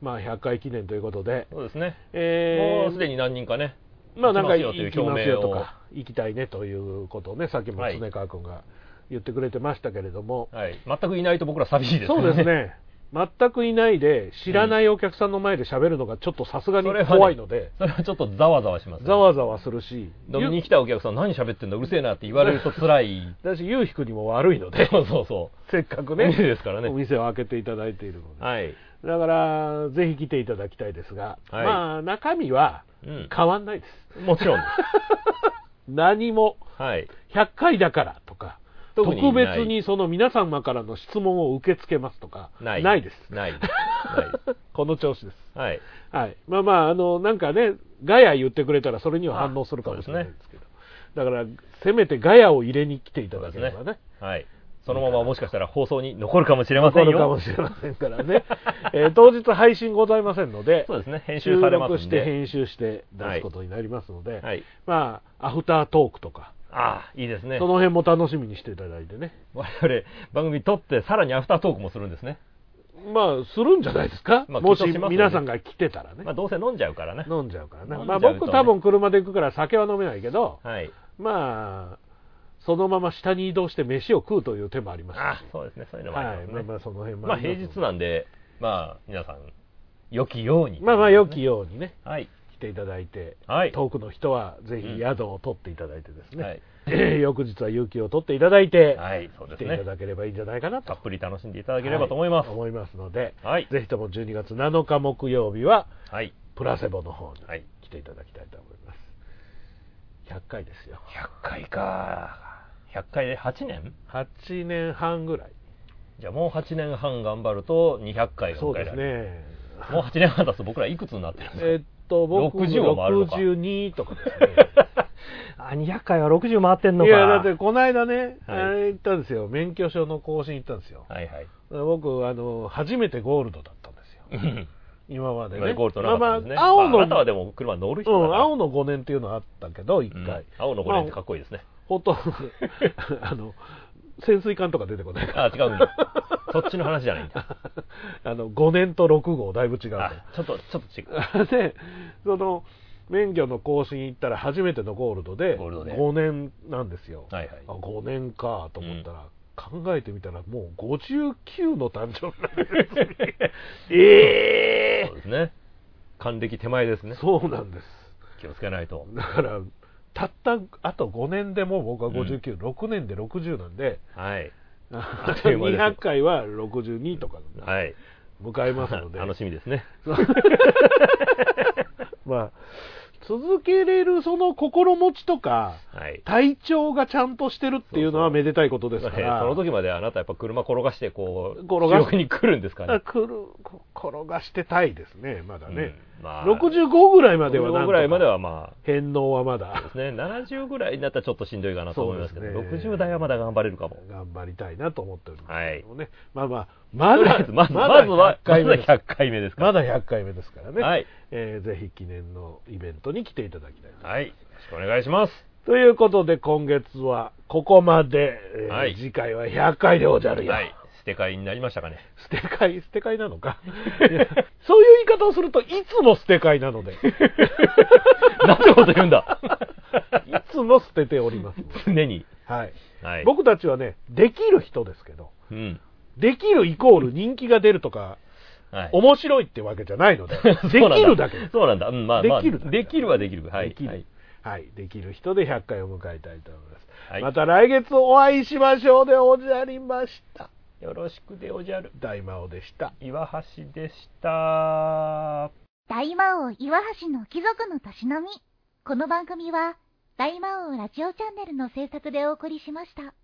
S1: まあ100回記念ということで、
S2: 夫でしょう。そうですね。
S1: えー
S2: もうすでに何人かね。
S1: まあなんか行
S2: 行きます
S1: き
S2: よという
S1: ま
S2: 表
S1: す
S2: 明
S1: よ
S2: を
S1: とか、行きたいねということをね、さっきも
S2: はい
S1: 常川君が言ってくれてましたけれども、
S2: はい。全くいないと僕ら寂しいです
S1: そうです。ね。全くいないで知らないお客さんの前で喋るのがちょっとさすがに
S2: それはね
S1: 怖いので、
S2: それはちょっとざわざわしますね
S1: ざわざわするし
S2: 飲みに来たお客さん何喋ってんだうるせえなって言われると辛い
S1: だしゆうひくにも悪いの で
S2: そうそうそ
S1: せっかく
S2: う
S1: ね
S2: 無理ですからね
S1: お店を開けていただいているので、
S2: はい、
S1: だからぜひ来ていただきたいですが、
S2: はい
S1: まあ中身は
S2: うん、
S1: 変わんないです
S2: もち ろんで
S1: 何も
S2: すはい
S1: 100回だからとか
S2: 特
S1: 特
S2: にない
S1: 別にその皆様からの質問を受け付けますとか
S2: ない
S1: です
S2: ないな
S1: この調子です
S2: いはい
S1: はい、まあまあ、あのなんかね、ガヤ言ってくれたら、それには反応するかもしれないですけど、だから、せめてガヤを入れに来ていただければね、
S2: はいそのままもしかしたら放送に残るかもしれませ
S1: 残
S2: んよ
S1: るかもしれませんからね、 えー当日配信ございませんので、
S2: そうですね編集されますん
S1: 収録して
S2: で
S1: 編集して出すことになりますので、
S2: はい
S1: まあ、アフタートークとか、
S2: ああいいですね
S1: その辺も楽しみにしていただいてね、
S2: 我々番組撮ってさらにアフタートークもするんですね、
S1: まあ、するんじゃないですか、
S2: まあ
S1: もし
S2: 緊張しますよね
S1: 皆さんが来てたらね
S2: まあ、。どうせ飲んじゃうからね
S1: 飲んじゃうからな、
S2: 飲んじ
S1: ま
S2: ゃ
S1: あ、
S2: うとね
S1: 僕、多分車で行くから酒は飲めないけど、
S2: はい
S1: まあ、そのまま下に移動して飯を食うという手もあります。
S2: ああそうですねそういうのもあ
S1: はい、
S2: りますね、
S1: まあまあその辺も
S2: まあ
S1: り
S2: 平
S1: ます
S2: 日なんで、まあ皆さん、良きように。
S1: まあまあ良きようにね、
S2: はい。
S1: 来ていただいて、
S2: はい。
S1: 遠くの人はぜ
S2: うん
S1: ひ宿を取っていただいてですね、
S2: はい
S1: 翌日は有給を取っていただいて、
S2: はい、そうで
S1: 来
S2: す
S1: ていた
S2: ね。
S1: だければいいんじゃないかなと
S2: たっぷり楽しんでいただければと思います。
S1: は
S2: はい。
S1: 思いますので、
S2: はい。
S1: ぜひとも12月7日木曜日は
S2: はい。
S1: プラセボの方に来ていただきたいと思います。100回ですよ。
S2: 100回か。100回で8年
S1: 8年半ぐらい。
S2: じゃあもう8年半頑張ると200回が
S1: そう
S2: 迎
S1: で
S2: えら
S1: す
S2: れる。
S1: ね。
S2: もう8年半経つと僕らいくつになってるんですか
S1: えっと、僕
S2: 60は回るのか
S1: 62とかですね。
S2: あ、200回は60回 ってん
S1: いや、だってこの間ね、
S2: はい
S1: あれ行ったんですよ、免許証の更新行ったんですよ。
S2: はいはい。
S1: 僕、あの、初めてゴールドだったんですよ。
S2: うん
S1: 今まで
S2: ま
S1: ね。
S2: あゴールドなかったんですね。
S1: まあまあ青
S2: まああ
S1: の、
S2: なたはでも車乗る人
S1: う
S2: だ
S1: ん、
S2: から。
S1: 青の5年っていうのはあったけど、1回。
S2: うん青の5年ってかっこいいですね。
S1: ほとんど、 あの、潜水艦とか出てこないから。
S2: あ、違うんだ。そっちの話じゃないんだ。
S1: あの、5年と6号、だいぶ違うから
S2: あ、ちょっと、ちょっと違う。
S1: で、その、免許の更新行ったら初めてのゴールドで、
S2: ゴールドで
S1: 5年なんですよ。
S2: はいはい
S1: あ5年かと思ったら、考えてみたらもう59の誕生 日なんですねえ
S2: そうですね。還暦手前です
S1: え
S2: ね。
S1: そうなんです。
S2: 気をつけないと。
S1: だから、たったあと5年でもう僕は59、6年で60なんで、
S2: はい。あっという間 ですよ
S1: 200回は62とか
S2: はい。
S1: 迎えますので、
S2: 楽しみですね。
S1: まあ、続けれるその心持ちとか、
S2: はい。
S1: 体調がちゃんとしてるっていうのは
S2: そうそう
S1: めでたいこと
S2: え
S1: です
S2: ー
S1: か
S2: そ
S1: ら、
S2: の時まであなたやっぱ車転がしてこう、
S1: 転がし
S2: 収録に来るんですか
S1: あ
S2: ね。
S1: くるこ転がしてたいですね、まだね、
S2: うんまあ
S1: 65ぐらいまではなんとか
S2: 65ぐらいまではま
S1: 返納はま
S2: あ、
S1: だ
S2: ね、70ぐらいになったらちょっとしんどいかなと思いますけど、
S1: そうですね
S2: 60代はまだ頑張れるかも。
S1: 頑張りたいなと思っております
S2: はい
S1: けどね、まあまあ、ま
S2: とりあえ
S1: だ
S2: ず、まず、
S1: ま
S2: まずは
S1: だ100、
S2: ま
S1: 回
S2: ず
S1: 目
S2: は
S1: です
S2: 100回目ですか
S1: まだ100回目ですからね、
S2: はい
S1: えーぜひ記念のイベントに来ていただきたいと。
S2: ら。はい。よろしくお願いします。
S1: ということで、今月はここまで、えー
S2: はい
S1: 次回は100回でおじゃるよ。
S2: はい。捨て替えになりまし たかね。
S1: 捨て替え、捨て替えなのか。いや そういう言い方をすると、いつも捨て替えなの で、い
S2: なんてこと言う んだ
S1: つも捨てております。
S2: 常に。
S1: はい。
S2: はい。
S1: 僕たちはね、できる人ですけど、
S2: うん。
S1: できるイコール人気が出るとか、
S2: はい。
S1: 面白いってわけじゃないので、でき
S2: そうなん
S1: るだけです。
S2: そうなんだ。うん、まあ、まあ、
S1: できるだけ
S2: できるはできる。はい。
S1: できる、
S2: は
S1: はいい。できる人で100回を迎えたいと思います。
S2: はい
S1: また来月お会いしましょうでおじゃりました。
S2: よろしくでおじゃる。
S1: 大魔王でした。
S2: 岩橋でした。
S4: 大魔王岩橋の貴族のたしなみ。この番組は、大魔王ラジオチャンネルの制作でお送りしました。